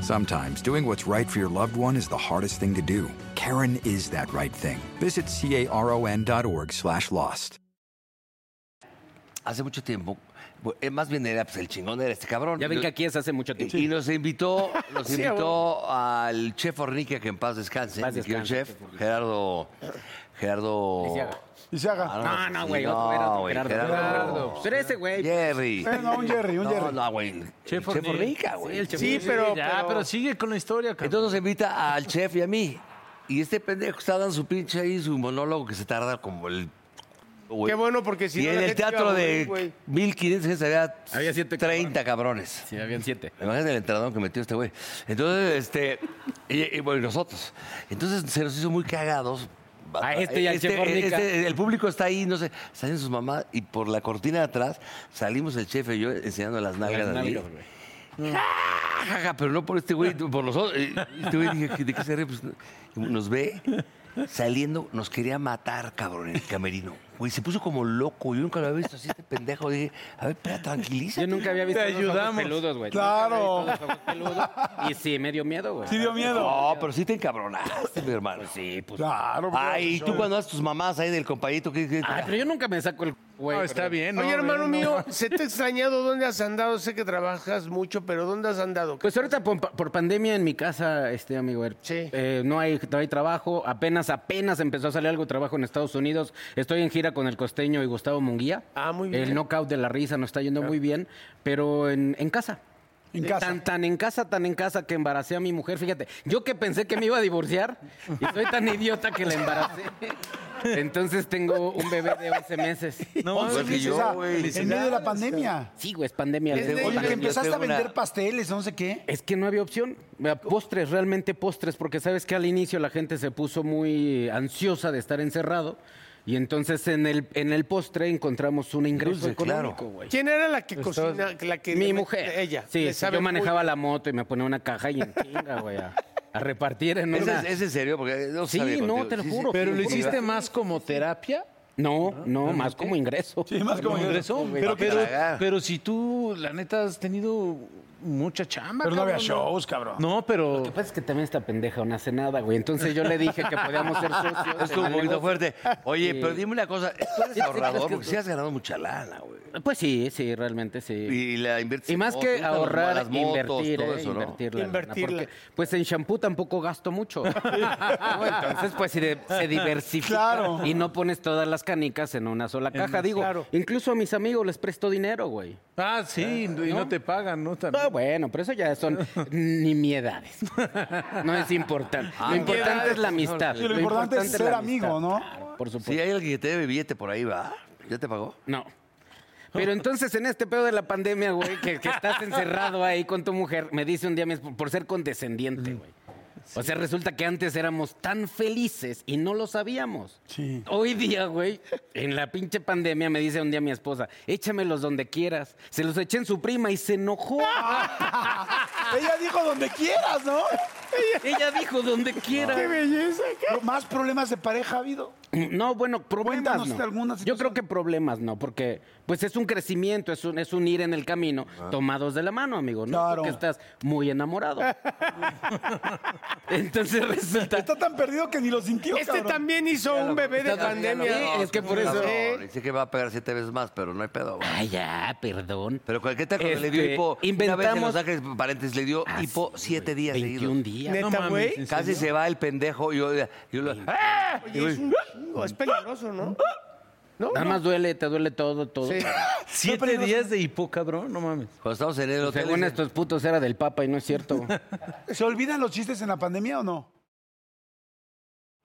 S8: Sometimes doing what's right for your loved one is the hardest thing to do. Karen is that right thing. Visit caron.org slash lost.
S3: hace mucho tiempo. Bu- eh, Más bien era pues, el chingón, era este cabrón.
S6: Ya ven que
S3: Y-
S6: aquí es hace mucho tiempo.
S3: Y nos invitó, nos
S6: Sí,
S3: invitó al chef Fornica, que en paz descanse,
S6: Paz
S3: mi querido
S6: descanse,
S3: chef,
S6: chef Fornica.
S3: Gerardo, Gerardo...
S6: Lisiaga.
S2: Y se haga.
S3: Ah,
S6: No, no, güey.
S3: sí,
S6: otro, era otro
S3: güey,
S6: Gerardo. Gerardo. Pues era ese, güey.
S3: Jerry.
S2: Eh, no, un Jerry, un
S3: No,
S2: Jerry.
S3: no, güey. el Chef Fornica,
S6: Sí,
S3: güey.
S6: el chef
S5: Sí,
S6: Fornica.
S5: pero,
S1: Ya, pero,
S5: pero
S1: sigue con la historia, cabrón.
S3: Entonces nos invita al chef y a mí. Y este pendejo está dando su pinche ahí, su monólogo que se tarda como el... güey.
S5: Qué bueno, porque si
S3: Y
S5: no,
S3: en
S5: la
S3: el
S5: gente iba a
S3: teatro
S5: aburrir,
S3: de
S5: güey.
S3: 1500 gente había,
S6: Había siete
S3: 30 cabrones.
S6: Sí, habían siete.
S3: Imagínate el entrenador que metió este güey. Entonces, este. Y, y, bueno, y nosotros. Entonces se nos hizo muy cagados.
S6: A este y al Chef Hornica.
S3: Ah, este, El público está ahí, no sé. Salen sus mamás y por la cortina de atrás salimos el chef y yo enseñando las nalgas.
S6: Las
S3: a mí.
S6: nalgas, güey.
S3: Ja, ja, ja, pero no por este güey, por nosotros. Y Este güey dije, ¿de qué se ríe? Pues, nos ve saliendo, nos quería matar, cabrón, en el camerino. Güey, se puso como loco. Yo nunca lo había visto así, este pendejo. Dije, a ver, espera, tranquilízate.
S6: Yo nunca había visto
S1: Te
S6: unos ojos
S1: ayudamos.
S6: peludos, güey.
S2: Claro.
S6: Nunca había visto unos ojos peludos. Y sí, me dio miedo, güey.
S2: Sí dio miedo.
S3: No, pero sí te encabronaste, mi hermano. sí, pues.
S2: Claro, pues,
S3: Ay, ¿y tú
S2: yo-
S3: cuando haces tus mamás ahí del compañito, ¿qué, qué-
S6: Ay, pero yo nunca me saco el güey.
S1: No, está
S6: perdón.
S1: bien.
S5: Oye,
S1: no,
S5: hermano
S1: güey, no.
S5: mío, se te ha extrañado dónde has andado. Sé que trabajas mucho, pero ¿dónde has andado?
S6: Pues ahorita por, por pandemia en mi casa, este amigo, er,
S5: Sí.
S6: eh, no, hay, no hay trabajo, apenas, apenas empezó a salir algo de trabajo en Estados Unidos. Estoy en gira con el costeño y Gustavo Munguía.
S5: Ah, muy bien.
S6: El knockout de la risa nos está yendo muy bien, pero en, en casa.
S2: Ah. En casa.
S6: Tan, tan en casa, tan en casa que embaracé a mi mujer, fíjate. Yo que pensé que me iba a divorciar y soy tan idiota que la embaracé. Entonces tengo un bebé de 11 meses.
S2: No,
S3: Igual
S2: once
S3: que
S2: meses,
S3: yo,
S2: o sea,
S3: güey.
S2: en medio de la pandemia.
S6: Sí, güey, es pues, pandemia.
S5: Es
S6: güey.
S5: de-
S2: Oye,
S3: Yo
S2: que empezaste a
S3: tengo una-
S2: vender pasteles, no sé qué.
S6: Es que no había opción. Mira, Postres, realmente postres, porque sabes que al inicio la gente se puso muy ansiosa de estar encerrado. Y entonces en el, en el postre encontramos un ingreso
S3: Dulce, claro.
S6: económico, güey.
S5: ¿Quién era la que cocina? La que
S6: Mi mujer.
S5: Ella.
S6: Sí,
S5: Le
S6: sí,
S5: sabe
S6: yo
S5: muy-
S6: manejaba la moto y me ponía una caja y en chinga, güey, a, a repartir en
S3: ¿Es,
S6: una...
S3: es- es en serio? Porque no
S6: Sí,
S3: sabía
S6: no,
S3: contigo.
S6: te lo juro.
S1: Pero
S6: Sí,
S1: lo
S6: porque-
S1: hiciste más como terapia.
S6: No, no, más como ingreso.
S2: Sí,
S1: Ah,
S2: más como ingreso.
S1: Pero,
S3: Para
S1: pero,
S3: tragar.
S1: pero si tú, la neta, has tenido mucha chamba.
S2: Pero no había
S1: cabrón,
S2: shows, cabrón.
S1: No, pero.
S6: Lo que pasa es que también esta pendeja no hace nada, güey. Entonces yo le dije que podíamos ser socios.
S3: Estuvo un
S6: en el negocio.
S3: poquito fuerte. Oye,
S6: Sí.
S3: pero dime una cosa. ¿Tú eres
S6: Sí, sí, crees
S3: ahorrador?
S6: que
S3: Porque sí has ganado mucha lana, güey.
S6: Pues sí, sí, realmente sí.
S3: Y la inviertes
S6: Y
S3: en
S6: más
S3: cosas,
S6: que
S3: te gustan los-
S6: ahorrar,
S3: las motos,
S6: invertir,
S3: todo
S6: ¿eh?
S3: eso, ¿no?
S6: invertir la lana,
S5: Invertirla.
S6: porque, pues en shampoo tampoco gasto mucho. No, Entonces, pues si de- se diversifica
S2: Claro.
S6: y no pones todas las canicas en una sola caja. Digo,
S5: claro.
S6: incluso a mis amigos les presto dinero, güey.
S1: Ah, sí, y no te pagan, ¿no? También.
S6: No, Ah, bueno, pero eso ya son nimiedades. No es importante.
S3: Ah,
S6: Lo importante es la amistad.
S2: Sí, lo importante es
S6: la
S2: ser
S6: amistad,
S2: amigo, ¿no?
S6: claro, por supuesto.
S3: Sí, hay alguien que te debe billete por ahí, ¿va? ¿Ya te pagó?
S6: No. Pero entonces en este pedo de la pandemia, güey, que, que estás encerrado ahí con tu mujer, me dice un día mi esp- por ser condescendiente, güey. O sea, resulta que antes éramos tan felices y no lo sabíamos. Hoy día, güey, en la pinche pandemia me dice un día mi esposa, échamelos donde quieras. Se los eché en su prima y se enojó.
S2: Ella dijo donde quieras, ¿no?
S6: Ella dijo donde quiera.
S2: Más problemas de pareja ha habido.
S6: No, bueno, problemas
S2: Cuéntanos
S6: no.
S2: de alguna
S6: Yo
S2: situación.
S6: creo que problemas no, porque pues es un crecimiento, es un, es un ir en el camino,
S3: Ah.
S6: tomados de la mano, amigo, ¿no?
S2: Claro.
S6: Porque estás muy enamorado. Entonces resulta...
S2: Está tan perdido que ni lo sintió,
S5: Este
S2: cabrón.
S5: también hizo un bebé de
S6: Está-
S5: pandemia.
S6: Sí, es que por eso...
S5: Sí.
S3: Dice que va a pagar siete veces más, pero no hay pedo. güey.
S6: Ay, ya, perdón.
S3: Pero ¿qué tal cuando le
S6: Este,
S3: dio hipo? Una vez en
S6: inventamos-
S3: Los Ángeles, paréntesis, le dio
S6: Ah,
S3: hipo
S6: sí,
S3: siete
S6: güey,
S3: días
S6: 21
S3: seguidos.
S6: días.
S5: Neta, güey.
S3: Casi se va el pendejo. Yo, yo lo- ¡Ah!
S5: Oye, es un chingo, es peligroso, ¿no? No,
S6: Nada
S5: no.
S6: más duele, te duele todo, todo.
S5: Sí.
S9: Siete días de hipo, cabrón, no mames.
S3: Cuando Pues estamos en el hotel.
S6: Pues Según
S3: dice,
S6: estos putos era del Papa y no es cierto.
S2: ¿Se olvidan los chistes en la pandemia o no?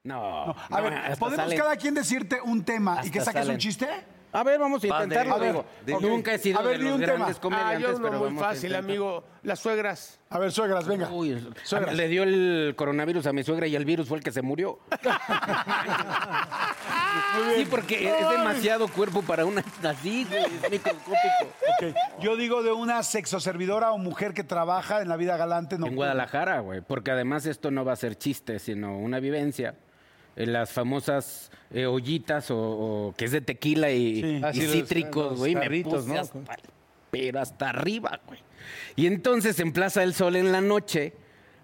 S6: No.
S2: No.
S6: no,
S2: A ver,
S6: hasta
S2: ¿podemos
S6: salen.
S2: cada quien decirte un tema y
S6: Hasta
S2: que saques
S6: salen.
S2: un chiste?
S6: A ver, vamos a
S3: Vas de-
S6: intentarlo.
S3: a ver,
S6: digo.
S3: de-
S6: Ok. Nunca he sido
S2: A ver,
S6: de
S2: di
S6: los
S2: un
S6: grandes
S2: tema.
S5: Ah,
S6: comediantes,
S5: yo
S6: pero
S5: uno muy
S6: vamos a
S5: fácil,
S6: intentar.
S5: amigo. Las suegras.
S2: A ver, suegras, venga.
S6: Uy,
S2: Suegras.
S6: le dio el coronavirus a mi suegra y el virus fue el que se murió. sí, porque es demasiado cuerpo para una así, güey, es microscópico.
S2: Ok, Yo digo de una sexoservidora o mujer que trabaja en la vida galante. No,
S6: En Guadalajara, güey, porque además esto no va a ser chiste, sino una vivencia. Eh, Las famosas eh, ollitas o, o que es de tequila y, y
S9: Así los-
S6: cítricos,
S9: los
S6: güey, me
S9: tarritos,
S6: puse
S9: ¿no?
S6: hasta el pero hasta arriba, güey. Y entonces en Plaza del Sol en la noche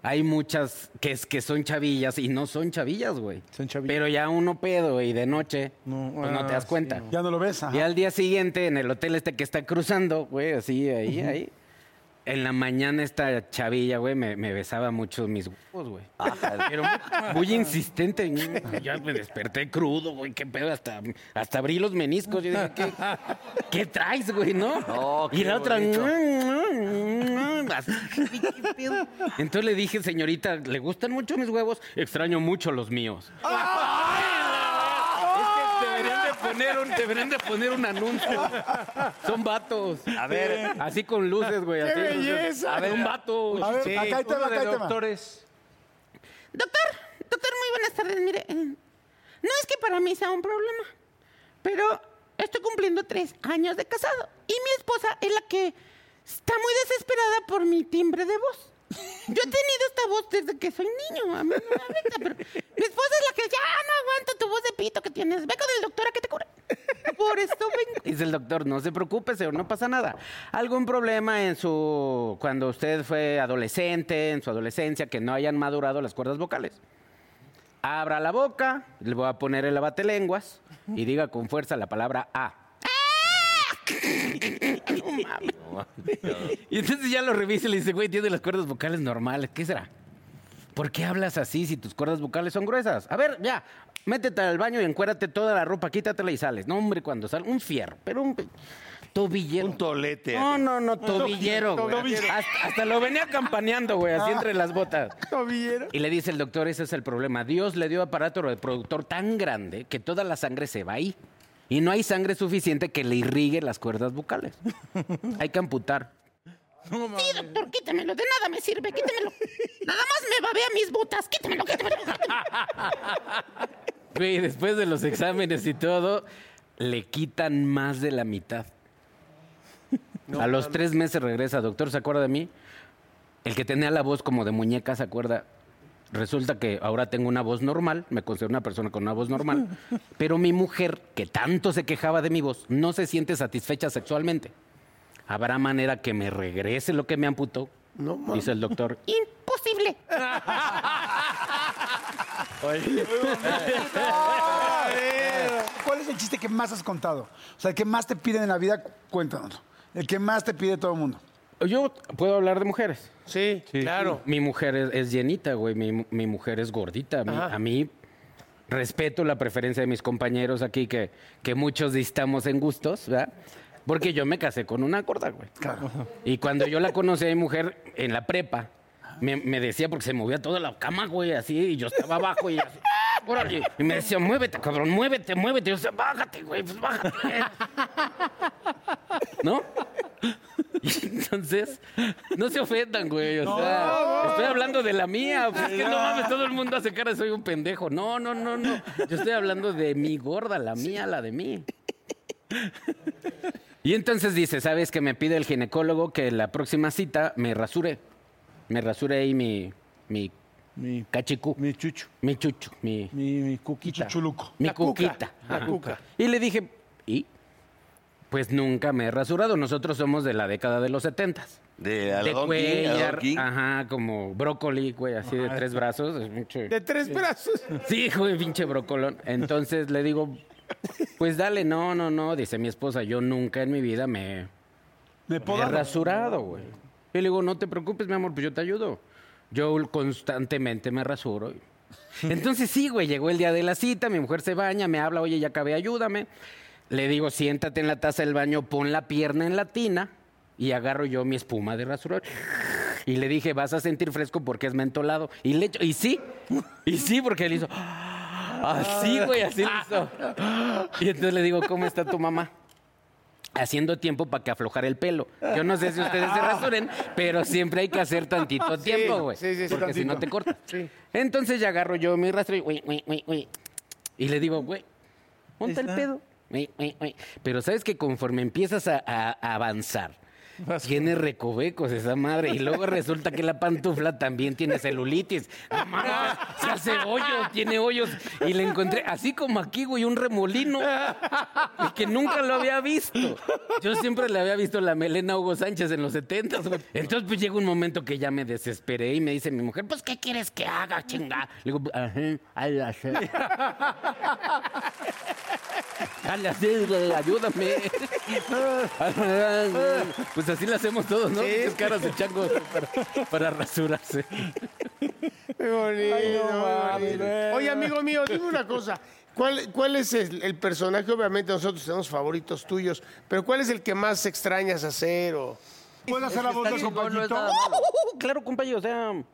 S6: hay muchas que es que son chavillas y no son chavillas, güey.
S9: Son chavillas.
S6: Pero ya uno pedo y de noche,
S9: No,
S6: pues no
S9: ah,
S6: te das
S9: sí,
S6: cuenta.
S9: no.
S2: Ya no lo ves. ajá.
S6: Y al día siguiente, en el hotel este que está cruzando, güey, así, ahí, ahí. En la mañana esta chavilla, güey, me, me besaba mucho mis huevos, güey.
S3: Ah,
S6: Pero muy, muy insistente. y Ya me desperté crudo, güey, qué pedo. Hasta, hasta abrí los meniscos. Yo dije, ¿qué, qué traes, güey, no?
S3: No,
S6: y la
S3: qué
S6: otra... mm,
S3: bonito.
S6: así, ¿qué pedo? Entonces le dije, señorita, ¿le gustan mucho mis huevos? Extraño mucho los míos. Es que deberían de poner un, deberían de poner un anuncio. Son vatos.
S3: A ver.
S6: Así con luces, güey. así, luces.
S5: belleza!
S6: A ver, un vato.
S2: A ver,
S5: Sí,
S2: acá hay tema,
S9: Uno
S2: acá
S9: de
S2: hay tema.
S9: doctores.
S10: Doctor, doctor, muy buenas tardes. Mire, eh, no es que para mí sea un problema, pero estoy cumpliendo tres años de casado y mi esposa es la que está muy desesperada por mi timbre de voz. Yo he tenido esta voz desde que soy niño. A mí no me afecta, pero mi esposa es la que ya no aguanto tu voz de pito que tienes. Ve con el doctor a que te cure. Por eso vengo.
S6: Dice el doctor, no se preocupe, señor, no pasa nada. ¿Algún problema en su... cuando usted fue adolescente, en su adolescencia, que no hayan madurado las cuerdas vocales? Abra la boca, le voy a poner el abatelenguas y diga con fuerza la palabra A. Y entonces ya lo revisa y le dice, güey, tiene las cuerdas vocales normales. ¿Qué será? ¿Por qué hablas así si tus cuerdas vocales son gruesas? A ver, ya, métete al baño y encuérate toda la ropa, quítatela y sales. No, hombre, cuando sal, un fierro, pero un pe- tobillero.
S3: Un tolete.
S6: No, no, no, tobillero, güey. Hasta, hasta lo venía campaneando, güey, así entre las botas.
S5: ¿Tobillero?
S6: Y le dice el doctor, ese es el problema. Dios le dio aparato reproductor tan grande que toda la sangre se va ahí. Y no hay sangre suficiente que le irrigue las cuerdas vocales. Hay que amputar.
S10: Sí, doctor, quítemelo. De nada me sirve, quítemelo. Nada más me babea mis botas. Quítemelo, quítemelo. quítemelo.
S6: Güey, después de los exámenes y todo, le quitan más de la mitad. a los tres meses regresa, doctor, ¿se acuerda de mí? El que tenía la voz como de muñeca, ¿se acuerda? Resulta que ahora tengo una voz normal, me considero una persona con una voz normal, pero mi mujer, que tanto se quejaba de mi voz, no se siente satisfecha sexualmente. ¿Habrá manera que me regrese lo que me amputó?
S5: No, mames.
S6: dice el doctor.
S10: Imposible.
S2: Eh, ¿Cuál es el chiste que más has contado? O sea, el que más te piden en la vida, cuéntanos. El que más te pide todo el mundo.
S6: Yo puedo hablar de mujeres.
S5: Sí, claro.
S6: Mi mujer es, es llenita, güey. Mi, mi mujer es gordita. A mí, a mí respeto la preferencia de mis compañeros aquí, que, que muchos distamos en gustos, ¿verdad? Porque yo me casé con una gorda, güey. Claro. Y cuando yo la conocí a mi mujer en la prepa, me, me decía, porque se movía toda la cama, güey, así, y yo estaba abajo y así, órale. Y me decía, muévete, cabrón, muévete, muévete. Y yo decía, bájate, güey, pues bájate. ¿No? Y entonces, no se ofendan, güey. O sea, estoy hablando de la mía. Pues es que no mames, todo el mundo hace cara de soy un pendejo. No, no, no, no. Yo estoy hablando de mi gorda, la mía, la de mí. Y entonces dice, ¿sabes que me pide el ginecólogo que la próxima cita me rasure? Me rasure ahí mi, mi
S9: Mi cachicú. Mi chucho. Mi chucho. Mi, mi, cuquita.
S6: Chuchuluco. Mi cuquita.
S9: La
S6: ajá.
S9: cuca.
S6: Y le dije, ¿y? Pues nunca me he rasurado. Nosotros somos de la década de los setentas.
S3: De, a la
S6: de
S3: Don King, a la Don
S6: cuellar,
S3: King.
S6: ajá, como brócoli, güey, así de tres
S3: Ah,
S9: este.
S3: está.
S6: brazos. es mucho.
S5: De tres brazos.
S6: Sí, güey, pinche brocolón. Entonces le digo, pues dale, no, no, no, dice mi esposa, yo nunca en mi vida me,
S2: me
S6: he rasurado, güey. Y le digo, no te preocupes, mi amor, pues yo te ayudo. Yo constantemente me rasuro. Entonces sí, güey, llegó el día de la cita, mi mujer se baña, me habla, oye, ya acabé, ayúdame. Le digo, siéntate en la taza del baño, pon la pierna en la tina y agarro yo mi espuma de rasurar. Y le dije, vas a sentir fresco porque es mentolado. Y le echo- y sí, y sí, porque él hizo así, güey, así le hizo. Y entonces le digo, ¿cómo está tu mamá? Haciendo tiempo para que aflojar el pelo. Yo no sé si ustedes se rasuren, pero siempre hay que hacer tantito
S5: Sí,
S6: tiempo, güey.
S5: sí, sí, sí,
S6: porque si
S5: tantito.
S6: no te cortas. Entonces ya agarro yo mi rastro y, uy, uy, uy, uy. y le digo, güey, ponte el
S9: Está.
S6: pedo. Uy, uy, uy. Pero sabes que conforme empiezas a, a- a avanzar, tiene recovecos esa madre. Y luego resulta que la pantufla también tiene celulitis. No mames, se hace hoyos, tiene hoyos. Y le encontré, así como aquí, güey, un remolino. Y que nunca lo había visto. Yo siempre le había visto la melena a Hugo Sánchez en los 70. güey. Entonces, pues llega un momento que ya me desesperé y me dice mi mujer, pues, ¿qué quieres que haga, chinga? Le digo, ajá, a la se- a la se- güey, ayúdame. Pues así lo hacemos todos, ¿no?
S5: Sí.
S6: Esas caras de chango para, para rasurarse.
S5: Qué bonito,
S6: mames,
S5: bonito.
S6: güey.
S5: Oye, amigo mío, dime una cosa. ¿Cuál, cuál es el, el personaje? Obviamente nosotros tenemos favoritos tuyos, pero ¿cuál es el que más extrañas hacer? O...
S2: ¿Puedo hacer la voz del compañito?
S6: Uh, Claro, compañero, o sea... o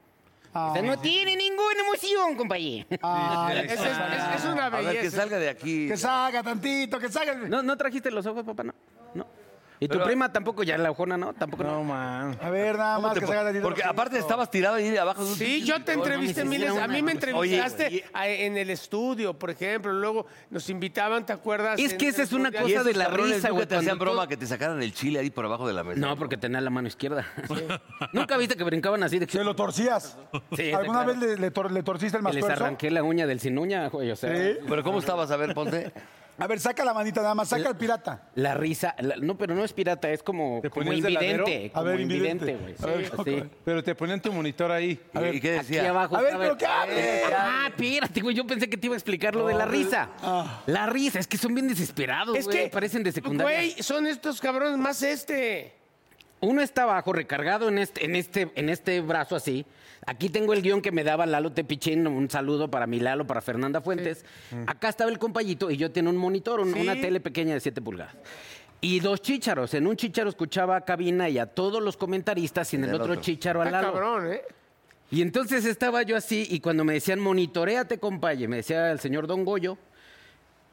S6: sea, no tiene ninguna emoción, compañero.
S2: es- es- es- es una
S3: A ver,
S2: belleza.
S3: que salga de aquí.
S2: Que salga tantito, que salga.
S6: No, no trajiste los ojos, papá, no. No. Y tu
S3: Pero-
S6: prima tampoco, ya la ojona, ¿no? Tampoco. No,
S9: man.
S2: A ver, nada
S6: ¿Cómo
S2: más
S6: te
S2: que
S6: po-
S2: salga tantito.
S3: Porque aparte estabas tirado ahí abajo de un
S5: Sí, yo te entrevisté miles. A mí me entrevistaste a- en el estudio, por ejemplo. Luego nos invitaban, ¿te acuerdas?
S6: Es que
S5: En
S6: esa es una
S5: el-
S6: cosa de la
S3: cabrones
S6: risa,
S3: nunca
S6: güey,
S3: te hacían
S6: cuando
S3: broma
S6: todo-
S3: que te sacaran el chile ahí por abajo de la mesa.
S6: No, porque tenía la mano izquierda. Nunca viste que brincaban así. De...
S2: Se lo torcías.
S6: Sí,
S2: ¿Alguna
S6: claro.
S2: vez le, le tor- le torciste el
S6: Que les
S2: masturzo?
S6: arranqué la uña del sin uña, güey. O sea,
S2: Sí.
S3: Pero ¿cómo estabas? A ver, ponte.
S2: A ver, saca la manita nada más, saca el pirata.
S6: la risa. la- No, pero no es pirata, es como, como
S9: ponías de
S6: invidente.
S9: ladero?
S6: Como
S9: A ver,
S6: invidente,
S9: invidente.
S6: güey.
S9: A ver,
S6: Sí,
S9: ¿cómo-
S6: sí.
S9: Pero te ponían tu monitor ahí.
S3: ¿Y- ¿Y
S6: Aquí
S3: qué decía?
S6: abajo.
S2: A ver,
S6: estaba-
S2: pero que hable.
S6: Ah, espérate, güey. Yo pensé que te iba a explicar lo de la risa. La risa, es que son bien desesperados,
S5: Es
S6: güey.
S5: que,
S6: Parecen de secundaria.
S5: Güey, son estos cabrones más este.
S6: Uno está abajo, recargado en este, en este, en este brazo así. Aquí tengo el guión que me daba Lalo Tepichín, un saludo para mi Lalo, para Fernanda Fuentes. Acá estaba el compayito y yo tenía un monitor, un-
S5: Sí.
S6: una tele pequeña de 7 pulgadas. Y dos chícharos. En un chícharo escuchaba a Cabina y a todos los comentaristas y en el,
S3: del
S6: otro,
S3: otro.
S6: chícharo a
S5: Está
S6: Lalo.
S5: cabrón, ¿eh?
S6: Y entonces estaba yo así y cuando me decían, monitoreate, compaye, me decía el señor Don Goyo,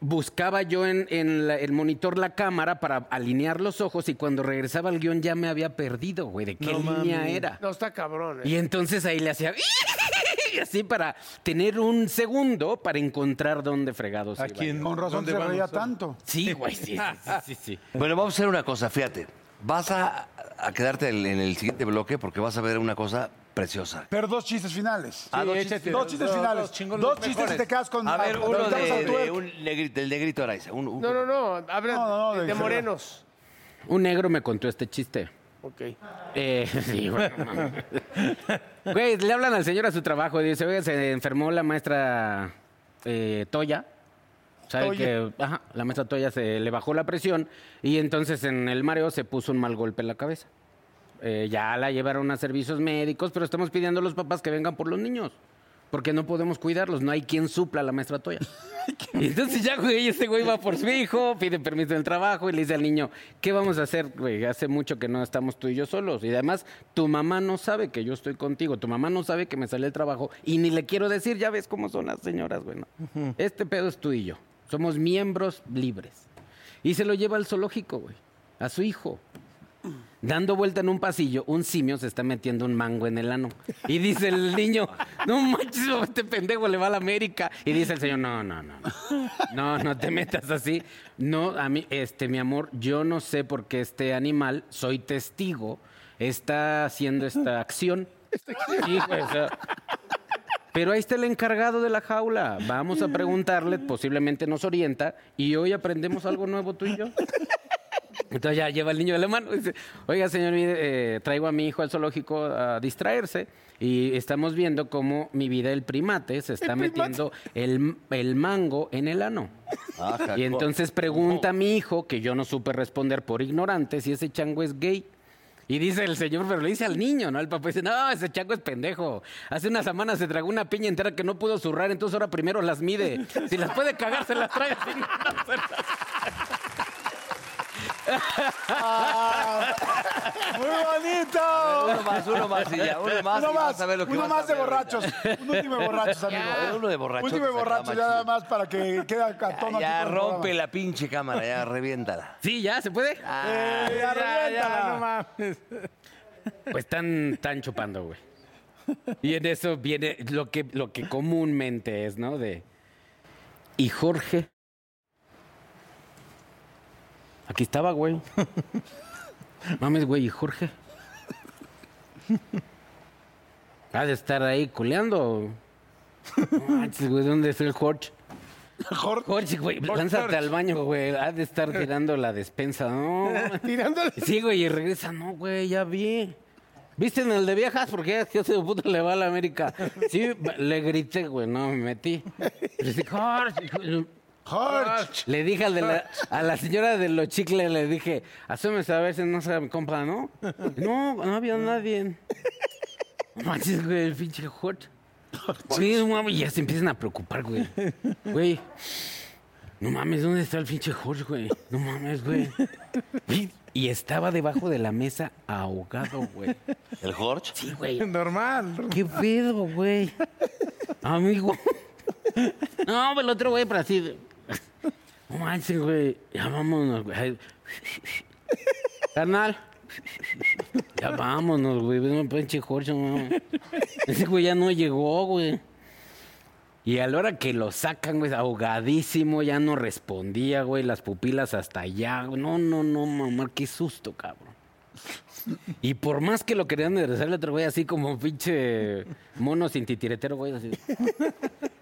S6: buscaba yo en, en la- el monitor la cámara para alinear los ojos y cuando regresaba al guión ya me había perdido, güey, de qué
S9: No
S6: línea
S9: mames.
S6: era.
S5: No, está cabrón, ¿eh?
S6: Y entonces ahí le hacía... y así para tener un segundo para encontrar dónde fregados
S9: ¿A
S6: iba
S9: quién?
S6: yo.
S2: Con razón
S9: ¿Dónde
S2: se
S9: vamos?
S2: reía tanto.
S6: Sí, güey, sí, sí, sí, sí, sí.
S3: Bueno, vamos a hacer una cosa, fíjate. Vas a, a quedarte en, en el siguiente bloque porque vas a ver una cosa preciosa.
S2: Pero dos chistes finales.
S3: Ah, dos
S9: échate
S3: chistes.
S2: Dos chistes
S9: dos,
S2: finales.
S9: dos chingos,
S2: Dos
S9: los
S2: chistes y
S9: mejores.
S2: te quedas con...
S3: Ah, A ver, uno
S2: aventamos
S3: de,
S2: al twerk.
S3: de un negri- del negrito Araiza. Uno, uno.
S5: No, no, no. Habla
S2: No, no, no,
S5: de,
S2: de-
S5: de morenos.
S6: Un negro me contó este chiste.
S5: Ok.
S6: Eh, sí, güey. no mames. Güey, le hablan al señor a su trabajo y dice, oiga, se enfermó la maestra eh, Toya. ¿Sabe
S5: Toya.
S6: que ajá, la maestra Toya se le bajó la presión y entonces en el mareo se puso un mal golpe en la cabeza. Eh, ya la llevaron a servicios médicos, pero estamos pidiendo a los papás que vengan por los niños. Porque no podemos cuidarlos, no hay quien supla a la maestra Toya. Y entonces ya, güey, ese güey va por su hijo, pide permiso del trabajo y le dice al niño, ¿qué vamos a hacer, güey? Hace mucho que no estamos tú y yo solos. Y además, tu mamá no sabe que yo estoy contigo, tu mamá no sabe que me sale el trabajo y ni le quiero decir, ya ves cómo son las señoras, güey. ¿no?
S10: Mm.
S6: Este pedo es tú y yo, somos miembros libres. Y se lo lleva al zoológico, güey, a su hijo. Dando vuelta en un pasillo, un simio se está metiendo un mango en el ano. Y dice el niño, no manches, este pendejo le va a la América. Y dice el señor, no, no, no. no. No, no te metas así. No, a mí, este, mi amor, yo no sé por qué este animal, soy testigo, está haciendo esta acción. Sí, güey, o sea, Pero ahí está el encargado de la jaula. Vamos a preguntarle, posiblemente nos orienta y hoy aprendemos algo nuevo tú y yo. Entonces ya lleva el niño de la mano y dice, oiga señor, mire, eh, traigo a mi hijo al zoológico a distraerse y estamos viendo cómo mi vida el primate se está metiendo el, el mango en el ano.
S7: Ah,
S3: Ajá,
S6: y
S3: co-
S6: entonces pregunta a mi hijo, que yo no supe responder por ignorante, si ese chango es gay. Y dice el señor, pero le dice al niño, ¿no? El papá dice, no, ese chango es pendejo. Hace una semana se tragó una piña entera que no pudo zurrar, entonces ahora primero las mide. Si las puede cagar, se las trae. Si no, no se las-
S7: ¡Muy bonito!
S3: Uno más, uno más y ya, uno más y vas a ver lo que
S7: uno
S3: vas a
S7: más de
S3: ver ahorita.
S7: borrachos. Un último de borrachos,
S3: Ya.
S7: amigo.
S3: Uno de borrachos
S7: Último de
S3: está
S7: borrachos,
S3: más
S7: ya
S3: chido.
S7: nada más para que quede a tono aquí
S3: Ya
S7: con el programa.
S3: rompe la pinche cámara, ya reviéntala.
S6: Sí, ya, ¿se puede?
S3: Ah,
S7: Eh, ya, reviéntala.
S6: Pues están, están chupando, güey. Y en eso viene lo que, lo que comúnmente es, ¿no? De. Y Jorge. Aquí estaba, güey. Mames, güey, ¿y Jorge? Ha de estar ahí culeando. No manches, güey, ¿dónde es el Jorge?
S7: Jorge.
S6: Jorge, güey,
S7: Jorge.
S6: lánzate al baño, güey. Ha de estar tirando la despensa, ¿no?
S5: Tirándole.
S6: Sí, güey, y regresa, no, güey, ya vi. ¿Viste en el de viejas? Porque ya es que ese puto le va a la América. Sí, le grité, güey, no, me metí. Le dije, Jorge. güey". Le dije al de la- a la señora de los chicles, le dije, asómese a ver si no se mi compa, ¿no? No, no había nadie. No Manches, güey, el pinche Jorge. Sí, no mames, ya se empiezan a preocupar, güey. Güey, no mames, ¿dónde está el pinche Jorge, güey? No mames, güey. Y- Y estaba debajo de la mesa ahogado, güey.
S3: ¿El Jorge?
S6: Sí, güey.
S1: Normal.
S6: ¿Qué pedo, güey? Amigo. No, pero el otro güey, pero así. de- No manches, güey. Ya vámonos, güey. Carnal. Ya vámonos, güey. No, pinche Jorge, no. Ese güey ya no llegó, güey. Y a la hora que lo sacan, güey, ahogadísimo, ya no respondía, güey, las pupilas hasta allá. güey. No, no, no, mamá, qué susto, cabrón. Y por más que lo querían regresar, el otro güey, así como pinche mono sin titiretero, güey, así.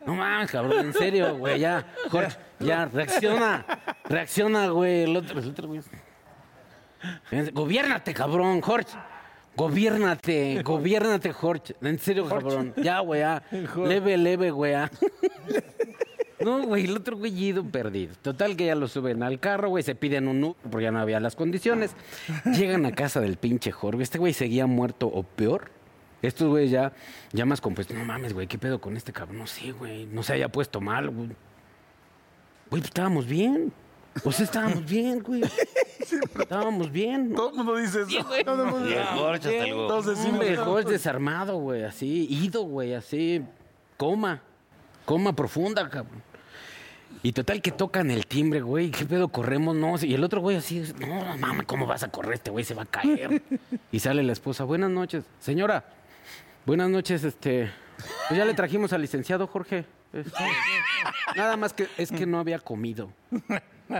S6: No mames, cabrón, en serio, güey, ya, Jorge, ya, reacciona, reacciona, güey, el otro, el otro güey. Gobiérnate, cabrón, Jorge. Gobiérnate, gobiérnate, Jorge. En serio,
S7: Jorge.
S6: cabrón. Ya, güey, ya.
S7: Jorge.
S6: Leve, leve, güey. ya. No, güey, el otro güey ido perdido. Total que ya lo suben al carro, güey, se piden un Uber porque ya no había las condiciones. Llegan a casa del pinche Jorge. Este güey seguía muerto o peor. Estos güeyes ya, ya más compuestos. No mames, güey, ¿qué pedo con este cabrón? No sé, güey. No se haya puesto mal, güey. Güey, pues, estábamos bien. O sea, estábamos bien, güey. Estábamos bien.
S7: Todo el mundo dice eso. Todo el mundo
S6: Y el Jorge hasta luego.
S7: Todos decimos,
S6: Hombre, el
S7: ¿no?
S6: Jorge desarmado, güey, así, ido, güey, así, coma, coma profunda, cabrón. Y total que tocan el timbre, güey, ¿qué pedo corremos? No, y el otro güey así, no, no mames, ¿cómo vas a correr? Este güey se va a caer. Y sale la esposa, buenas noches, señora, buenas noches, este, pues ya le trajimos al licenciado Jorge. Este, nada más que es que no había comido.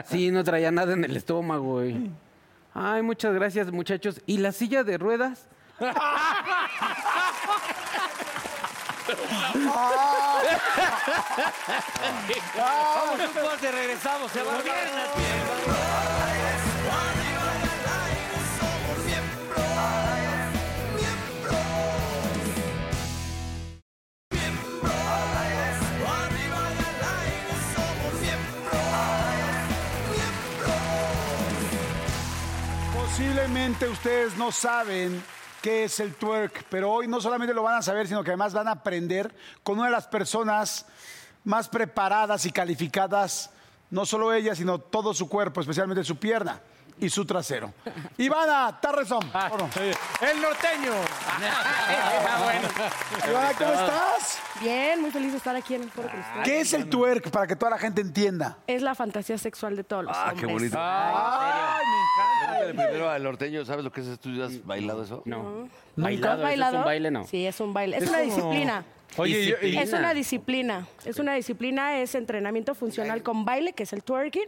S6: Sí, no traía nada en el estómago, güey. Ay, muchas gracias, muchachos. ¿Y la silla de ruedas?
S3: Vamos un corte, regresamos. Se va
S2: Posiblemente ustedes no saben qué es el twerk, pero hoy no solamente lo van a saber, sino que además van a aprender con una de las personas más preparadas y calificadas, no solo ella, sino todo su cuerpo, especialmente su pierna y su trasero. Ivana Tarrezón.
S1: Ah, El norteño.
S2: ah, eh,
S1: Ah,
S2: Ivana, ¿cómo estás?
S11: Bien, muy feliz de estar aquí en el foro con ustedes.
S2: ¿Qué es el twerk para que toda la gente entienda?
S11: Es la fantasía sexual de todos los
S3: Ah, qué
S11: hombres.
S3: bonito.
S11: Ay,
S3: Pregúntale primero al norteño, ¿sabes lo que es esto? ¿Ya has bailado eso?
S6: No.
S11: ¿Has bailado? Sí, es un baile. Es,
S3: Es
S11: una
S3: como-
S11: disciplina.
S3: Oye, yo- y-
S11: Es una disciplina. Es una disciplina, es entrenamiento funcional con baile, que es el twerking.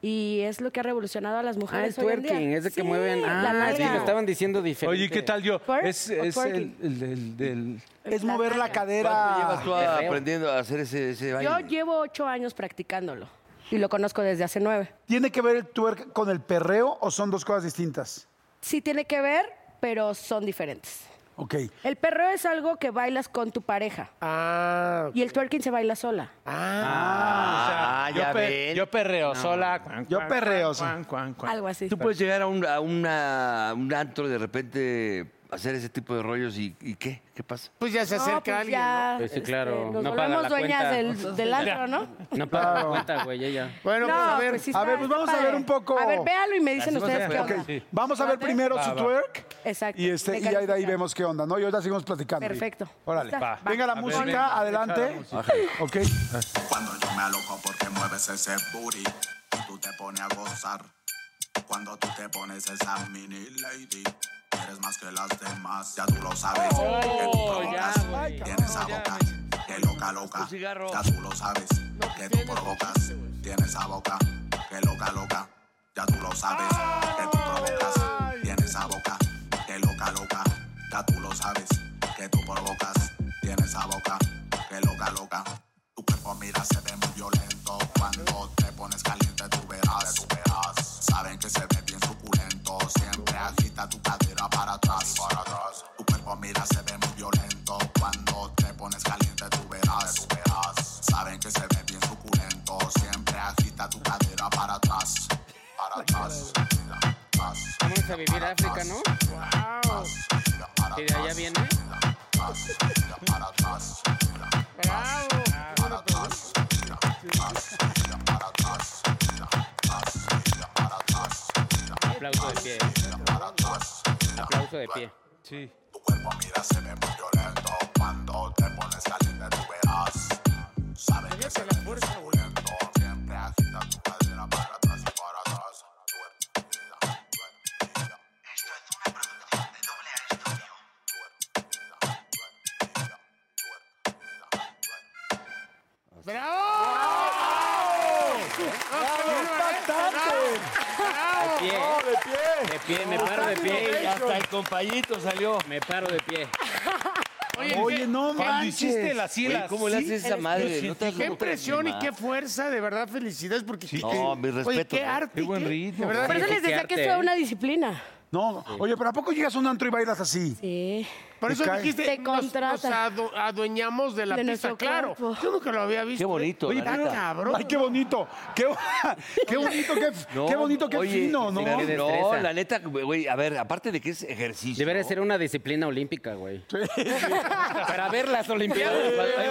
S11: y es lo que ha revolucionado a las
S6: Ah, el
S11: mujeres. hoy en día.
S6: twerking, es de que
S11: Sí,
S6: mueven.
S11: la
S6: Ah, sí,
S11: nalga.
S6: me estaban diciendo diferente.
S1: Oye, ¿y ¿qué tal yo?
S11: Twerk
S1: Es,
S11: o
S1: es el,
S11: twerking.
S1: el- el- del-
S3: Es
S11: mover la
S3: cadera. ¿Cuánto llevas tú a- aprendiendo a hacer ese, ese baile?
S11: Yo llevo ocho años practicándolo y lo conozco desde hace nueve.
S2: ¿Tiene que ver el twerk con el perreo o son dos cosas distintas?
S11: Sí tiene que ver, pero son diferentes.
S2: Ok.
S11: El perreo es algo que bailas con tu pareja.
S5: Ah.
S11: Y el twerking se baila sola.
S3: Ah,
S1: o sea, yo
S3: ya
S1: pe-
S3: ven.
S1: yo perreo
S3: No.
S1: sola.
S3: Yo perreo, sí.
S1: Cuan, cuan, cuan.
S11: Algo así.
S3: Tú puedes llegar a un, a una- un antro y de repente hacer ese tipo de rollos y, y ¿qué? ¿Qué pasa?
S5: Pues ya se
S11: No,
S5: acerca
S11: pues
S5: alguien.
S11: ya,
S5: ¿no?
S6: Pues sí, claro.
S11: nos
S6: no paga
S11: volvemos
S6: la
S11: dueñas
S6: cuenta.
S11: del, del antro, ¿no?
S6: No paga la
S2: Claro.
S6: cuenta, güey, ella.
S5: Bueno,
S11: No,
S5: pues a ver.
S2: a
S11: sí está-
S2: ver, pues
S11: está
S2: vamos a ver
S11: padre.
S2: un poco.
S11: A ver, véalo y me dicen
S3: Así
S11: ustedes
S3: vamos a
S11: qué
S3: ver.
S11: onda.
S3: Ok, sí.
S2: Vamos a ver
S11: ¿Dónde?
S2: primero
S1: Va,
S2: su
S1: va.
S2: twerk.
S11: Exacto.
S2: Y, este,
S11: Me
S2: y ahí de ahí
S11: califica.
S2: vemos qué onda, ¿no? Y ahorita seguimos platicando.
S11: Perfecto.
S2: Órale.
S11: Ya está. Va.
S2: Venga la
S11: A ver,
S2: música,
S11: venga,
S2: adelante. Ok.
S12: Cuando yo me aloco porque mueves ese booty, y tú te pones a gozar. Cuando tú te pones esa mini lady, eres más que las demás, ya tú lo sabes.
S11: Oh,
S12: que tú provocas, tienes esa boca, que loca, loca. Ya tú lo sabes, que tú provocas, tienes esa boca, que loca, loca. Ya tú lo sabes, que tú provocas, tienes esa boca, que loca, loca. Ya tú lo sabes, que tú provocas, tienes esa boca, que loca, loca. Tu cuerpo mira se ve muy violento cuando te pones caliente tú verás, tú verás. Saben que se ve bien suculento, siempre agita tu cadera para atrás, para atrás. Tu cuerpo mira se ve muy violento cuando te pones caliente tú verás, tú verás. Saben que se ve bien suculento, siempre agita tu cadera para atrás, para atrás.
S6: Vamos a vivir a África, ¿no? Que de allá viene. Aplauso de pie. Aplauso de pie.
S1: Sí.
S12: Mira se ve muy violento cuando te pones caliente tú verás. Saben que se ve bien suculento, siempre agita tu cadera para atrás y para atrás.
S6: De pie.
S3: ¿eh?
S6: De pie, me paro de pie.
S3: Hasta el compañito salió.
S6: Me paro de pie.
S2: Oye, no
S5: Cuando
S2: manches.
S5: hiciste la
S3: Oye,
S5: sila,
S3: ¿cómo le
S5: sí,
S3: haces esa
S5: eres-
S3: madre?
S5: Yo sí
S3: No te has
S5: Qué
S3: loco.
S5: presión y
S3: Ma.
S5: qué fuerza, de verdad, felicidades porque...
S3: No, mi
S5: Oye,
S3: respeto,
S5: qué
S3: ¿no?
S5: arte.
S3: Qué buen
S5: De verdad,
S11: Por eso les decía que esto es una disciplina.
S2: No, oye, pero ¿a poco llegas a un antro y bailas así?
S11: Sí.
S5: Por
S2: Me
S5: eso
S2: cae.
S5: dijiste,
S11: Te
S5: nos, nos
S11: contratan.
S5: adu- adueñamos de la
S11: De
S5: pista,
S11: nuestro
S5: claro.
S11: cuerpo.
S5: Yo nunca lo había
S2: ¿eh?
S5: visto.
S3: Qué bonito,
S5: Oye,
S3: la
S5: pero
S3: neta.
S5: cabrón.
S2: Ay, qué bonito. Qué, bo- qué bonito, qué, qué bonito, qué
S3: oye,
S2: fino, ¿no?
S3: la- No,
S6: destreza.
S3: la neta, güey, a ver, aparte de que es ejercicio.
S6: Debería ser una disciplina olímpica, güey. Para ver las Olimpiadas.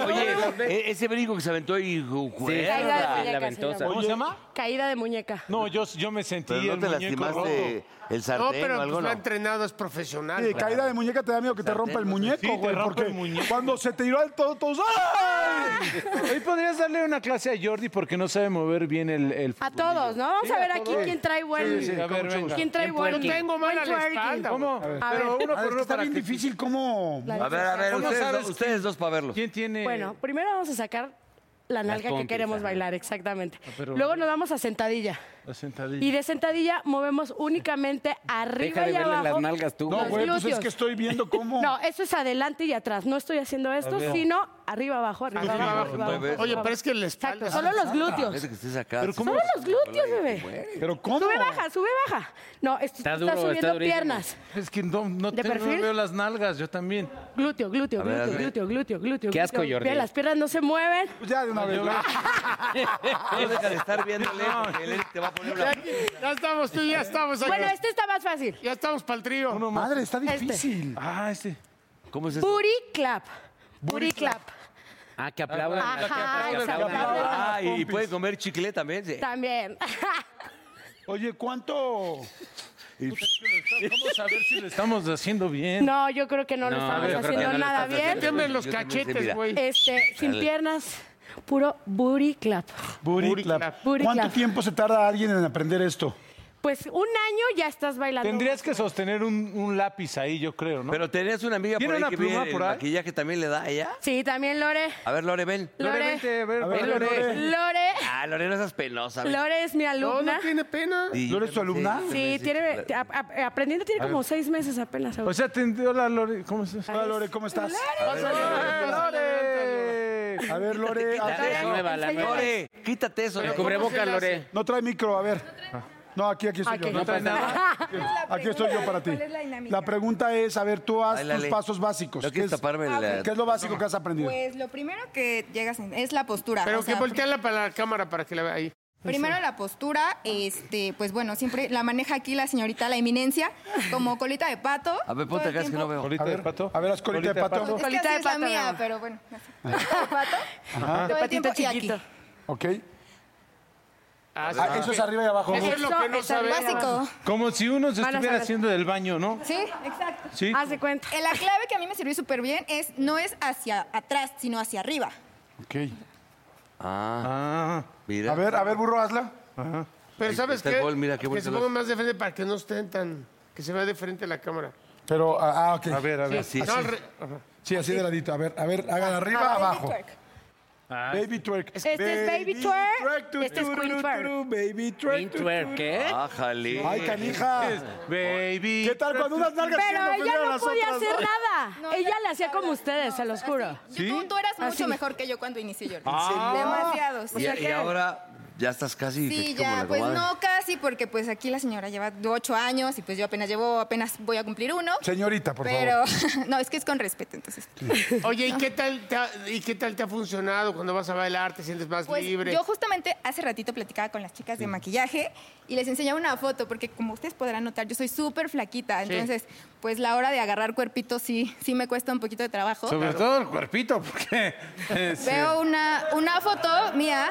S3: Oye, e- ese brinco que se aventó y ju- eh,
S6: Sí,
S3: juega.
S11: Caída de
S6: la
S11: muñeca. se
S6: ventosa.
S11: llama.
S1: ¿Cómo se llama?
S11: Caída de muñeca.
S1: No, yo, yo me sentí
S3: Pero
S1: el
S3: no te
S1: muñeco
S3: lastimaste el sartén
S5: No, pero
S3: o
S5: pues,
S3: algo,
S5: lo
S3: no.
S5: entrenado es profesional.
S2: De caída de muñeca te da miedo que te rompa el muñeco,
S1: Sí, te
S2: güey.
S1: rompe
S2: porque
S1: el muñeco.
S2: cuando se te tiró al todo, todos. ¡Ay!
S1: Hoy podrías darle una clase a Jordi porque no sabe mover bien el, el
S11: A todos, ¿no? Vamos a ver aquí quién trae buen.
S1: Sí, sí, a ver, venga.
S11: ¿Quién trae buen?
S5: Yo tengo mala
S11: buen
S5: la
S11: twerking.
S5: espalda, güey.
S1: ¿Cómo?
S11: A ver.
S1: Pero uno
S2: Ah, es
S1: por
S2: que
S1: uno
S2: está
S1: para
S2: bien
S1: que-
S2: difícil cómo.
S11: La
S3: A ver, a ver,
S1: ¿Cómo
S3: ustedes,
S1: sabes
S3: dos, ustedes dos para verlo.
S1: ¿Quién tiene...?
S11: Bueno, primero vamos a sacar la nalga que
S6: pompis,
S11: queremos
S6: ajá.
S11: bailar, exactamente.
S1: pero-
S11: Luego nos vamos a sentadilla.
S1: La sentadilla.
S11: Y de sentadilla movemos únicamente
S6: Deja
S11: arriba
S6: de
S11: y
S6: verle
S11: abajo.
S6: las nalgas tú,
S2: No,
S11: los
S2: güey, pues es
S11: glúteos.
S2: que estoy viendo cómo.
S11: No, esto es adelante y atrás. No estoy haciendo esto, sino arriba, abajo, arriba,
S5: Arriba,
S11: abajo.
S5: abajo.
S11: arriba,
S3: Oye,
S11: abajo, arriba,
S5: Oye, pero
S11: abajo.
S5: es que la espalda...
S11: Exacto, solo los glúteos.
S3: Parece que estés acá.
S1: Pero
S3: sí,
S1: ¿cómo
S11: Solo
S3: sí,
S11: los
S3: sí,
S11: glúteos,
S3: sí,
S11: bebé.
S3: güey.
S2: Pero cómo.
S11: Sube baja, sube baja. No, esto
S6: Está
S11: está,
S6: duro, está
S11: subiendo
S6: durísimo.
S11: piernas.
S1: Es que no, no,
S11: ¿De
S1: tengo- no
S11: perfil?
S1: veo las nalgas, yo también.
S11: Glúteo, glúteo,
S3: A ver, a
S11: glúteo,
S3: ver.
S11: glúteo, glúteo, glúteo.
S6: Qué asco,
S11: glúteo.
S6: Jordi.
S11: Ve, las piernas no se mueven. Ah,
S2: Pues ya de una vez. ¿verdad?
S3: No deja de estar viéndole porque él te va a poner una...
S5: Ya estamos, tú y ya estamos.
S11: Bueno,
S5: señor.
S11: este está más fácil.
S5: Ya estamos para el trío.
S2: Madre, está difícil.
S1: Ah, este.
S3: ¿Cómo es eso?
S11: Booty clap. Booty clap.
S6: Ah, que aplaudan.
S11: Ajá,
S6: que
S11: exacto.
S6: aplaudan.
S3: Ah, y puede comer chicle también. sí.
S11: También.
S2: Oye, ¿cuánto?
S1: Vamos a ver si lo Pues, estamos haciendo bien.
S11: No, yo creo que no,
S6: No,
S11: lo
S6: yo
S11: estamos
S6: creo que
S11: haciendo
S6: no lo
S11: nada
S6: estás haciendo
S11: bien.
S5: Quíteme los
S3: Yo también sé, mira.
S5: cachetes, güey.
S11: Este, sin
S3: Dale.
S11: piernas, puro booty clap.
S2: Booty clap.
S11: Booty
S2: ¿Cuánto
S11: clap.
S2: tiempo se tarda alguien en aprender esto?
S11: pues un año ya estás bailando.
S1: Tendrías que sostener un, un lápiz ahí, yo creo, ¿no?
S3: Pero tenías una amiga por
S1: ¿Tiene
S3: ahí
S1: una
S3: que
S1: pluma
S3: viene
S1: por
S3: el
S1: ahí?
S3: maquillaje también le da a ella.
S11: Sí, también Lore.
S3: A ver, Lore, ven.
S11: Lore,
S1: vente, a ver,
S3: A ver,
S1: pásale,
S3: Lore.
S11: Lore,
S3: Ah, Lore, no seas penosa. ven.
S11: Lore es mi alumna.
S5: No, no tiene pena.
S3: Sí,
S1: ¿Lore es tu
S3: sí,
S1: alumna?
S11: Sí, tiene, a- a- aprendiendo tiene
S1: A ver. Pues
S11: como seis meses apenas.
S1: O sea, te, hola Lore, ¿cómo estás?
S11: Hola, Lore,
S1: ¿cómo estás?
S11: Lore.
S1: Lore.
S2: A ver, Lore.
S3: Quítate
S2: hazte
S3: eso.
S2: eso.
S3: Nueva, la nueva. Lore, quítate eso.
S2: Pero
S3: El
S2: ¿cómo
S3: cubreboca,
S2: se le hace?
S3: Lore.
S2: No trae micro, a ver. No, aquí, aquí estoy
S11: Aquí.
S2: yo.
S11: No trae nada.
S2: Aquí estoy yo para ti.
S11: ¿Cuál es la dinámica?
S2: La pregunta es, a ver, tú haz tus
S3: Báilale.
S2: pasos básicos.
S3: No
S2: ¿Qué
S3: quieres
S2: es,
S3: taparme la-
S2: ¿Qué es lo básico que has aprendido?
S13: Pues lo primero que llegas en- es la postura.
S5: Pero
S13: o sea,
S5: que volteala para la cámara para que la vea ahí.
S13: Primero la postura, este, pues bueno, siempre la maneja aquí la señorita, la eminencia, como colita de pato.
S3: A ver, ponte
S13: Todo el
S3: acá, es que
S13: tiempo-
S3: no veo.
S1: ¿Colita de pato?
S2: A ver, haz colita de pato.
S13: Es que
S11: Colita
S13: así
S11: de
S13: es la
S11: pato,
S13: mía,
S11: nada más.
S13: pero bueno. Colita de pato.
S2: Ajá.
S13: Todo el tiempo
S11: patito
S13: y aquí.
S11: chiquito.
S2: ¿Ok?
S5: Ah,
S2: Ah, eso es arriba y abajo.
S13: Eso es lo que no sabe. Básico.
S1: Como si uno se
S13: Manos a
S1: estuviera
S13: las-
S1: haciendo del baño, ¿no?
S13: Sí, exacto.
S1: Sí. Haz de
S11: cuenta.
S13: La clave que a mí me sirvió súper bien es no es hacia atrás, sino hacia arriba.
S2: Ok.
S3: Ah. Mira.
S2: A ver, a ver, burro, hazla.
S5: Pero
S3: Ahí
S5: ¿sabes
S3: está
S5: qué?
S3: el gol, mira qué
S5: que
S3: bonito
S5: se
S3: lo
S5: pongan
S3: hace.
S5: más de frente para que no estén tan... Que se vea de frente la cámara.
S2: Pero, ah, ah, ok. A ver,
S1: a
S5: ver. Sí, sí.
S2: Así,
S5: No, al re- ajá.
S2: Sí, así de ladito. A ver, a ver, hagan
S7: Ah,
S2: arriba, abajo. Baby twerk.
S11: Este es baby twerk,
S2: tu,
S11: este es
S2: tu,
S11: queen
S2: ru,
S11: twerk.
S2: tu, ru, Baby twerk.
S6: Queen
S2: tu, Ah,
S6: twerk,
S2: tu,
S6: ¿qué?
S3: Ájale.
S2: Ay, canijas.
S1: Baby.
S2: ¿Qué tal cuando unas nalgas
S11: Pero
S2: tienen
S11: ella
S2: ofender a
S11: no
S2: las
S11: podía
S2: otras,
S11: hacer
S2: no?
S11: nada. ella le hacía como ustedes, se los juro.
S13: Tú, tú eras mucho
S11: Así.
S13: mejor que yo cuando inicié, Jordi.
S3: Ah.
S13: Demasiado. sí.
S3: Y, y ahora ya estás casi
S13: Sí,
S3: como
S13: ya,
S3: la
S13: pues
S3: comadre.
S13: no casi, porque pues aquí la señora lleva ocho años y pues yo apenas llevo, apenas voy a cumplir uno.
S2: Señorita, Ah, por
S13: pero,
S2: favor.
S13: no, es que es con respeto, entonces.
S5: Oye, ¿y qué, tal te ha, ¿y qué tal te ha funcionado cuando vas a bailar? ¿Te sientes más
S13: Pues
S5: libre?
S13: yo justamente hace ratito platicaba con las chicas de maquillaje y les enseñaba una foto, porque como ustedes podrán notar, yo soy súper flaquita,
S5: Sí.
S13: entonces pues la hora de agarrar cuerpito sí, sí me cuesta un poquito de trabajo.
S1: Sobre todo el cuerpito, porque... este,
S13: Veo una, una foto mía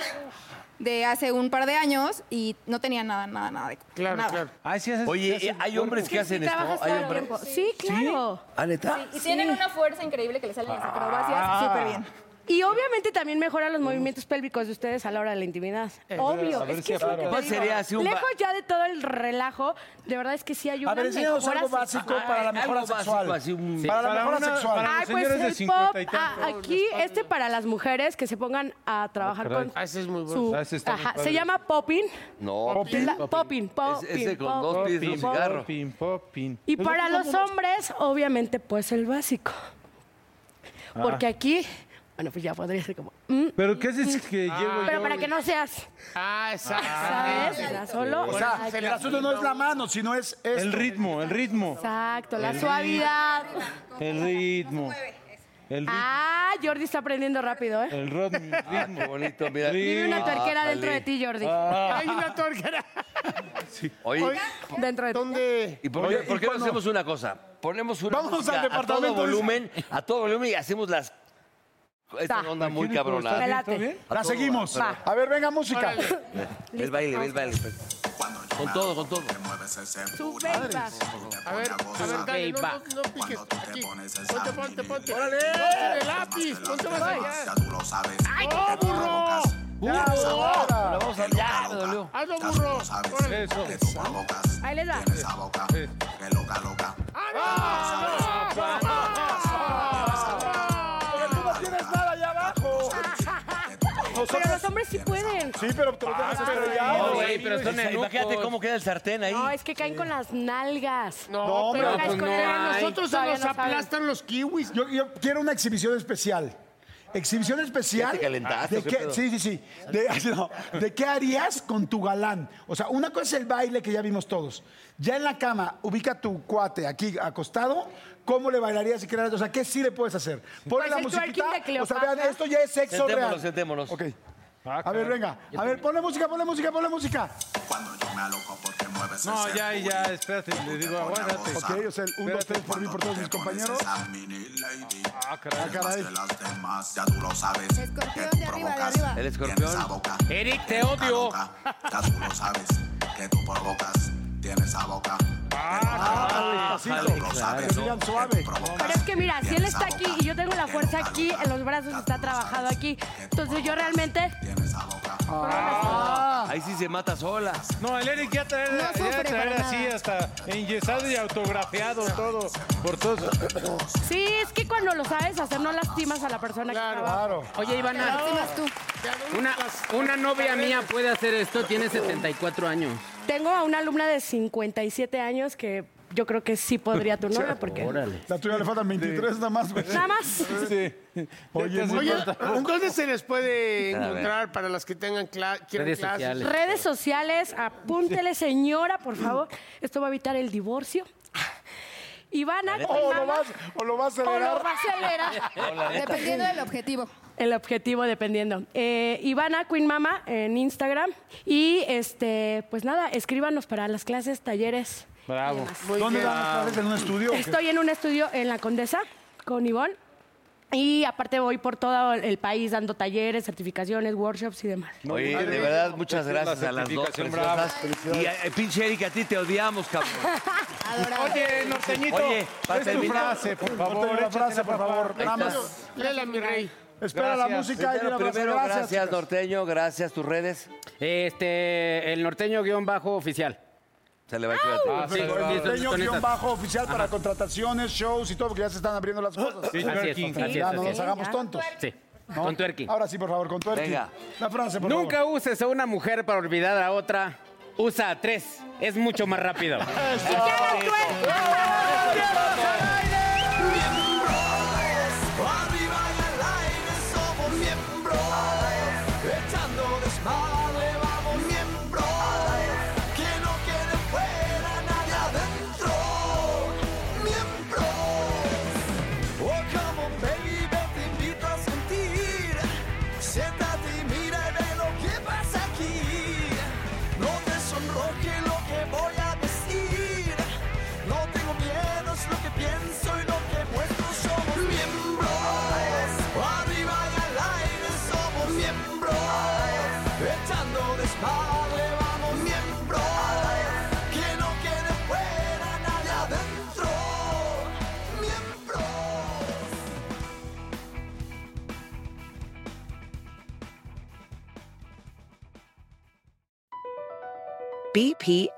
S13: de hace un par de años y no tenía nada, nada, nada de
S5: Claro,
S13: nada.
S5: claro.
S1: Ay, sí haces-
S3: Oye,
S1: haces
S3: hay
S1: cuerpo.
S3: hombres que hacen esto.
S11: trabajas
S3: Hay
S11: todo el
S3: hombres.
S11: tiempo. Sí, claro.
S3: ¿Ah, neta?
S13: Y tienen una fuerza increíble que les salen las acrobacias súper bien.
S11: Y obviamente también mejora los movimientos pélvicos de ustedes a la hora de la intimidad.
S2: Eh,
S11: Obvio.
S1: a ver
S11: es
S1: si
S11: que es lo que
S1: afloja.
S11: te
S3: ¿Cuál
S11: digo.
S3: sería así un ba-
S11: Lejos ya de todo el relajo, de verdad es que sí hay una
S2: A ver, enséñanos
S11: mejora
S2: algo
S11: sexual.
S2: básico para la mejora
S3: algo básico,
S2: sexual.
S3: así un-
S2: Para la
S1: Para
S2: mejora
S1: una-
S2: sexual.
S1: para-
S11: Ay,
S1: los
S11: pues
S1: señores de
S11: el
S1: 50 y
S11: pop, a-
S1: tantos.
S11: aquí este para las mujeres que se pongan a trabajar
S1: caray.
S11: con
S5: Ah, ese es muy bueno.
S11: su...
S1: Ah, ese está muy
S11: Ajá,
S1: padre.
S11: se llama popping.
S3: No.
S11: Es la- Popping, popping,
S3: ese con dos
S11: popping,
S3: pies y un
S11: popping.
S3: cigarro.
S1: Popin, popin.
S11: Y para los hombres, obviamente, pues el básico.
S1: Ah.
S11: Porque aquí, bueno, pues ya podría ser como... mm,
S1: ¿Pero qué haces que llego
S11: pero
S1: yo
S11: para
S1: y-
S11: que no seas,
S5: Ah, exacto.
S11: ¿sabes? O sea, solo...
S2: O sea,
S5: se
S2: el
S5: le-
S2: asunto no es la mano, sino es esto.
S1: El ritmo, el ritmo.
S11: Exacto, la suavidad.
S1: El ritmo. El ritmo.
S11: Ah, Jordi está aprendiendo rápido, ¿eh?
S1: El ro-
S3: Ah, qué
S1: ritmo.
S3: bonito, mira.
S11: Vive una tuerquera
S3: Ájale.
S11: dentro de ti, Jordi.
S5: Hay una tuerquera.
S3: Oye,
S11: Dentro de ti.
S5: ¿Dónde?
S3: ¿y por qué, por qué no hacemos una cosa? Ponemos una
S2: Vamos
S3: música
S2: al
S3: a todo
S2: departamento de-
S3: volumen, a todo volumen y hacemos las... Esta
S11: Ta.
S3: onda muy
S1: ¿Está bien?
S3: cabrona.
S11: Me
S3: A
S11: late.
S2: La
S3: todo,
S2: seguimos.
S3: a-
S2: A ver, venga, música.
S3: El baile, el baile.
S12: Cuando yo
S3: Con
S12: me
S3: todo,
S12: aloco
S3: con todo.
S12: porque mueves ese booty,
S11: Venga.
S12: tú te
S5: A ver,
S12: pones
S5: a
S12: gozar.
S5: ver, dale, no, no, no piques.
S12: Cuando tú te
S5: Aquí.
S12: pones esa
S5: Ponte, ponte,
S12: mini
S5: ponte.
S12: lady,
S5: ¡Órale!
S12: eres más
S5: lápiz!
S12: que las
S5: ¡Ponte más
S12: demás,
S5: allá!
S12: Ya tú lo sabes.
S5: ¡Ay,
S12: porque
S5: no,
S12: tú
S5: burro!
S12: provocas.
S2: Ya, ahora.
S3: La vamos a... Ya, me dolió.
S5: ¡Hazlo,
S12: Ya tú
S5: burro!
S12: lo sabes.
S5: Órale.
S1: Eso.
S12: que tú provocas.
S11: Ahí les va.
S12: Esa boca, que loca, loca.
S2: Pero tú no tienes nada allá abajo.
S11: Pero los hombres sí pueden.
S2: Sí, pero tú no tienes pero ya.
S3: No, güey, pero son
S6: Imagínate
S3: Imagínate cómo queda el sartén ahí.
S11: No, es que caen con las nalgas.
S5: No,
S2: No,
S5: pero,
S2: hombre,
S11: pues no
S5: pero a
S11: hay.
S5: nosotros se
S11: Todavía
S5: nos
S11: no saben.
S5: aplastan los kiwis.
S2: Yo, yo quiero una exhibición especial. Exhibición especial.
S3: ¿Ya te calentaste
S2: de
S3: o qué
S2: qué-
S3: pedo?
S2: sí, sí, sí. De, no, ¿de qué harías con tu galán? O sea, una cosa es el baile que ya vimos todos. Ya en la cama, ubica a tu cuate aquí acostado. ¿Cómo le bailarías y qué harías? O sea, ¿qué sí le puedes hacer? Ponle
S11: Pues
S2: la
S11: el
S2: musiquita.
S11: twerking de
S2: o sea, vean,
S11: Cleopatra.
S2: esto ya es sexo
S3: Sentémonos,
S2: real.
S3: sentémonos.
S2: Ok. A ver, venga. A ver, ponle música, ponle música, ponle música.
S12: Cuando
S1: Ah,
S12: yo me aloco porque mueves
S1: No,
S12: ese
S1: ya,
S12: booty,
S1: ya, espérate,
S12: tú
S1: le
S12: te
S1: digo,
S12: pones a
S1: aguántate.
S12: gozar.
S2: Ok, o sea, el un, dos, tres por mí, por todos mis compañeros.
S1: Ah, caray.
S2: Ah, caray.
S13: Escorpión de arriba, de arriba.
S3: El escorpión.
S6: Eric, te odio.
S12: Ya tú lo sabes, que tú provocas. Tienes esa boca.
S2: Ah,
S12: Ya
S2: despacito.
S12: tú lo sabes,
S2: Que sigan suave.
S12: tú provocas.
S11: Pero es que mira, si él está aquí y yo tengo la fuerza aquí, en los brazos está trabajado aquí. Entonces yo realmente
S12: Tienes esa boca.
S3: Ahí sí se mata sola.
S1: No, el Eric ya trae, ya
S3: sufre
S1: trae
S3: para
S1: así hasta enyesado y autografiado todo por todos.
S11: Sí, es que cuando lo sabes hacer no lastimas a la persona que está abajo.
S6: Oye, Ivana.
S11: Te lastimas tú.
S6: Una, una novia mía puede hacer esto, tiene 74 años.
S11: Tengo a una alumna de 57 años que yo creo que sí podría tu novia porque...
S6: Órale.
S2: La tuya le faltan 23 nada más, güey.
S11: Nada más.
S2: Sí. Oye,
S11: Oye,
S2: muy
S5: Oye,
S2: corta.
S5: entonces se les puede
S2: A ver.
S5: encontrar para las que tengan cla- quieran
S2: Redes
S5: clases.
S2: sociales.
S11: Redes sociales, apúntele señora, por favor. Esto va a evitar el divorcio. Ivana,
S7: O lo vas-
S11: o lo va a
S7: acelerar.
S11: O lo va a acelerar.
S13: Dependiendo del objetivo.
S11: El objetivo dependiendo. Eh, Ivana Queen Mama en Instagram. Y este, pues nada, escríbanos para las clases, talleres.
S1: Bravo.
S2: ¿Dónde dan las clases? ¿En un estudio? o qué?
S11: Estoy en un estudio en La Condesa con Ivonne. Y aparte voy por todo el país dando talleres, certificaciones, workshops y demás.
S3: Oye, de
S11: Muy bien.
S3: verdad, muchas
S1: Esa es
S3: gracias
S1: la
S3: a las dos
S1: certificación, bravo.
S3: preciosas. Y
S1: Felicidades.
S3: eh, pinche Eric, a ti te odiamos, cabrón.
S1: Oye, norteñito,
S3: Oye, para
S1: es tu
S3: terminar-
S1: frase, por
S3: Ponte
S1: favor.
S3: la
S1: échatela,
S3: frase, por favor.
S1: Ahí
S3: Vamos.
S1: estás.
S5: Léela, mi rey.
S2: Espera la música y mira,
S3: Pero primero,
S2: gracias,
S3: gracias,
S2: chicas.
S3: norteño, gracias, tus redes.
S6: Este, el norteño guión bajo oficial.
S3: Se le va a quedar todo.
S6: Ah, sí,
S2: Perfecto.
S6: con estas-
S2: Norteño
S6: con
S2: guión
S6: estas.
S2: bajo oficial para
S6: Ajá.
S2: contrataciones, shows y todo, porque ya se están abriendo las cosas.
S6: Sí, así es, así es,
S2: Ya,
S6: así
S2: no nos
S6: es.
S2: hagamos tontos.
S6: Sí. Con twerking.
S2: Ahora sí, por favor, con tu Erki.
S6: Venga.
S2: La frase, por
S6: Nunca uses a una mujer para olvidar a otra. Usa a tres. Es mucho más rápido.
S7: Arriba y al aire somos miembros. Echando desmadre, vamos miembros. Que no quede fuera nadie adentro. Miembros. Oh, come on, baby, te invito a sentir. Siéntate y mira y ve lo que pasa aquí. No te sonroje lo que voy a decir. No tengo miedo, es lo que pienso y lo que muestro. Somos miembros. Arriba y al aire somos miembros. Echando desmadre vamos miembros. Que no quede fuera nadie adentro. Miembros.
S14: BP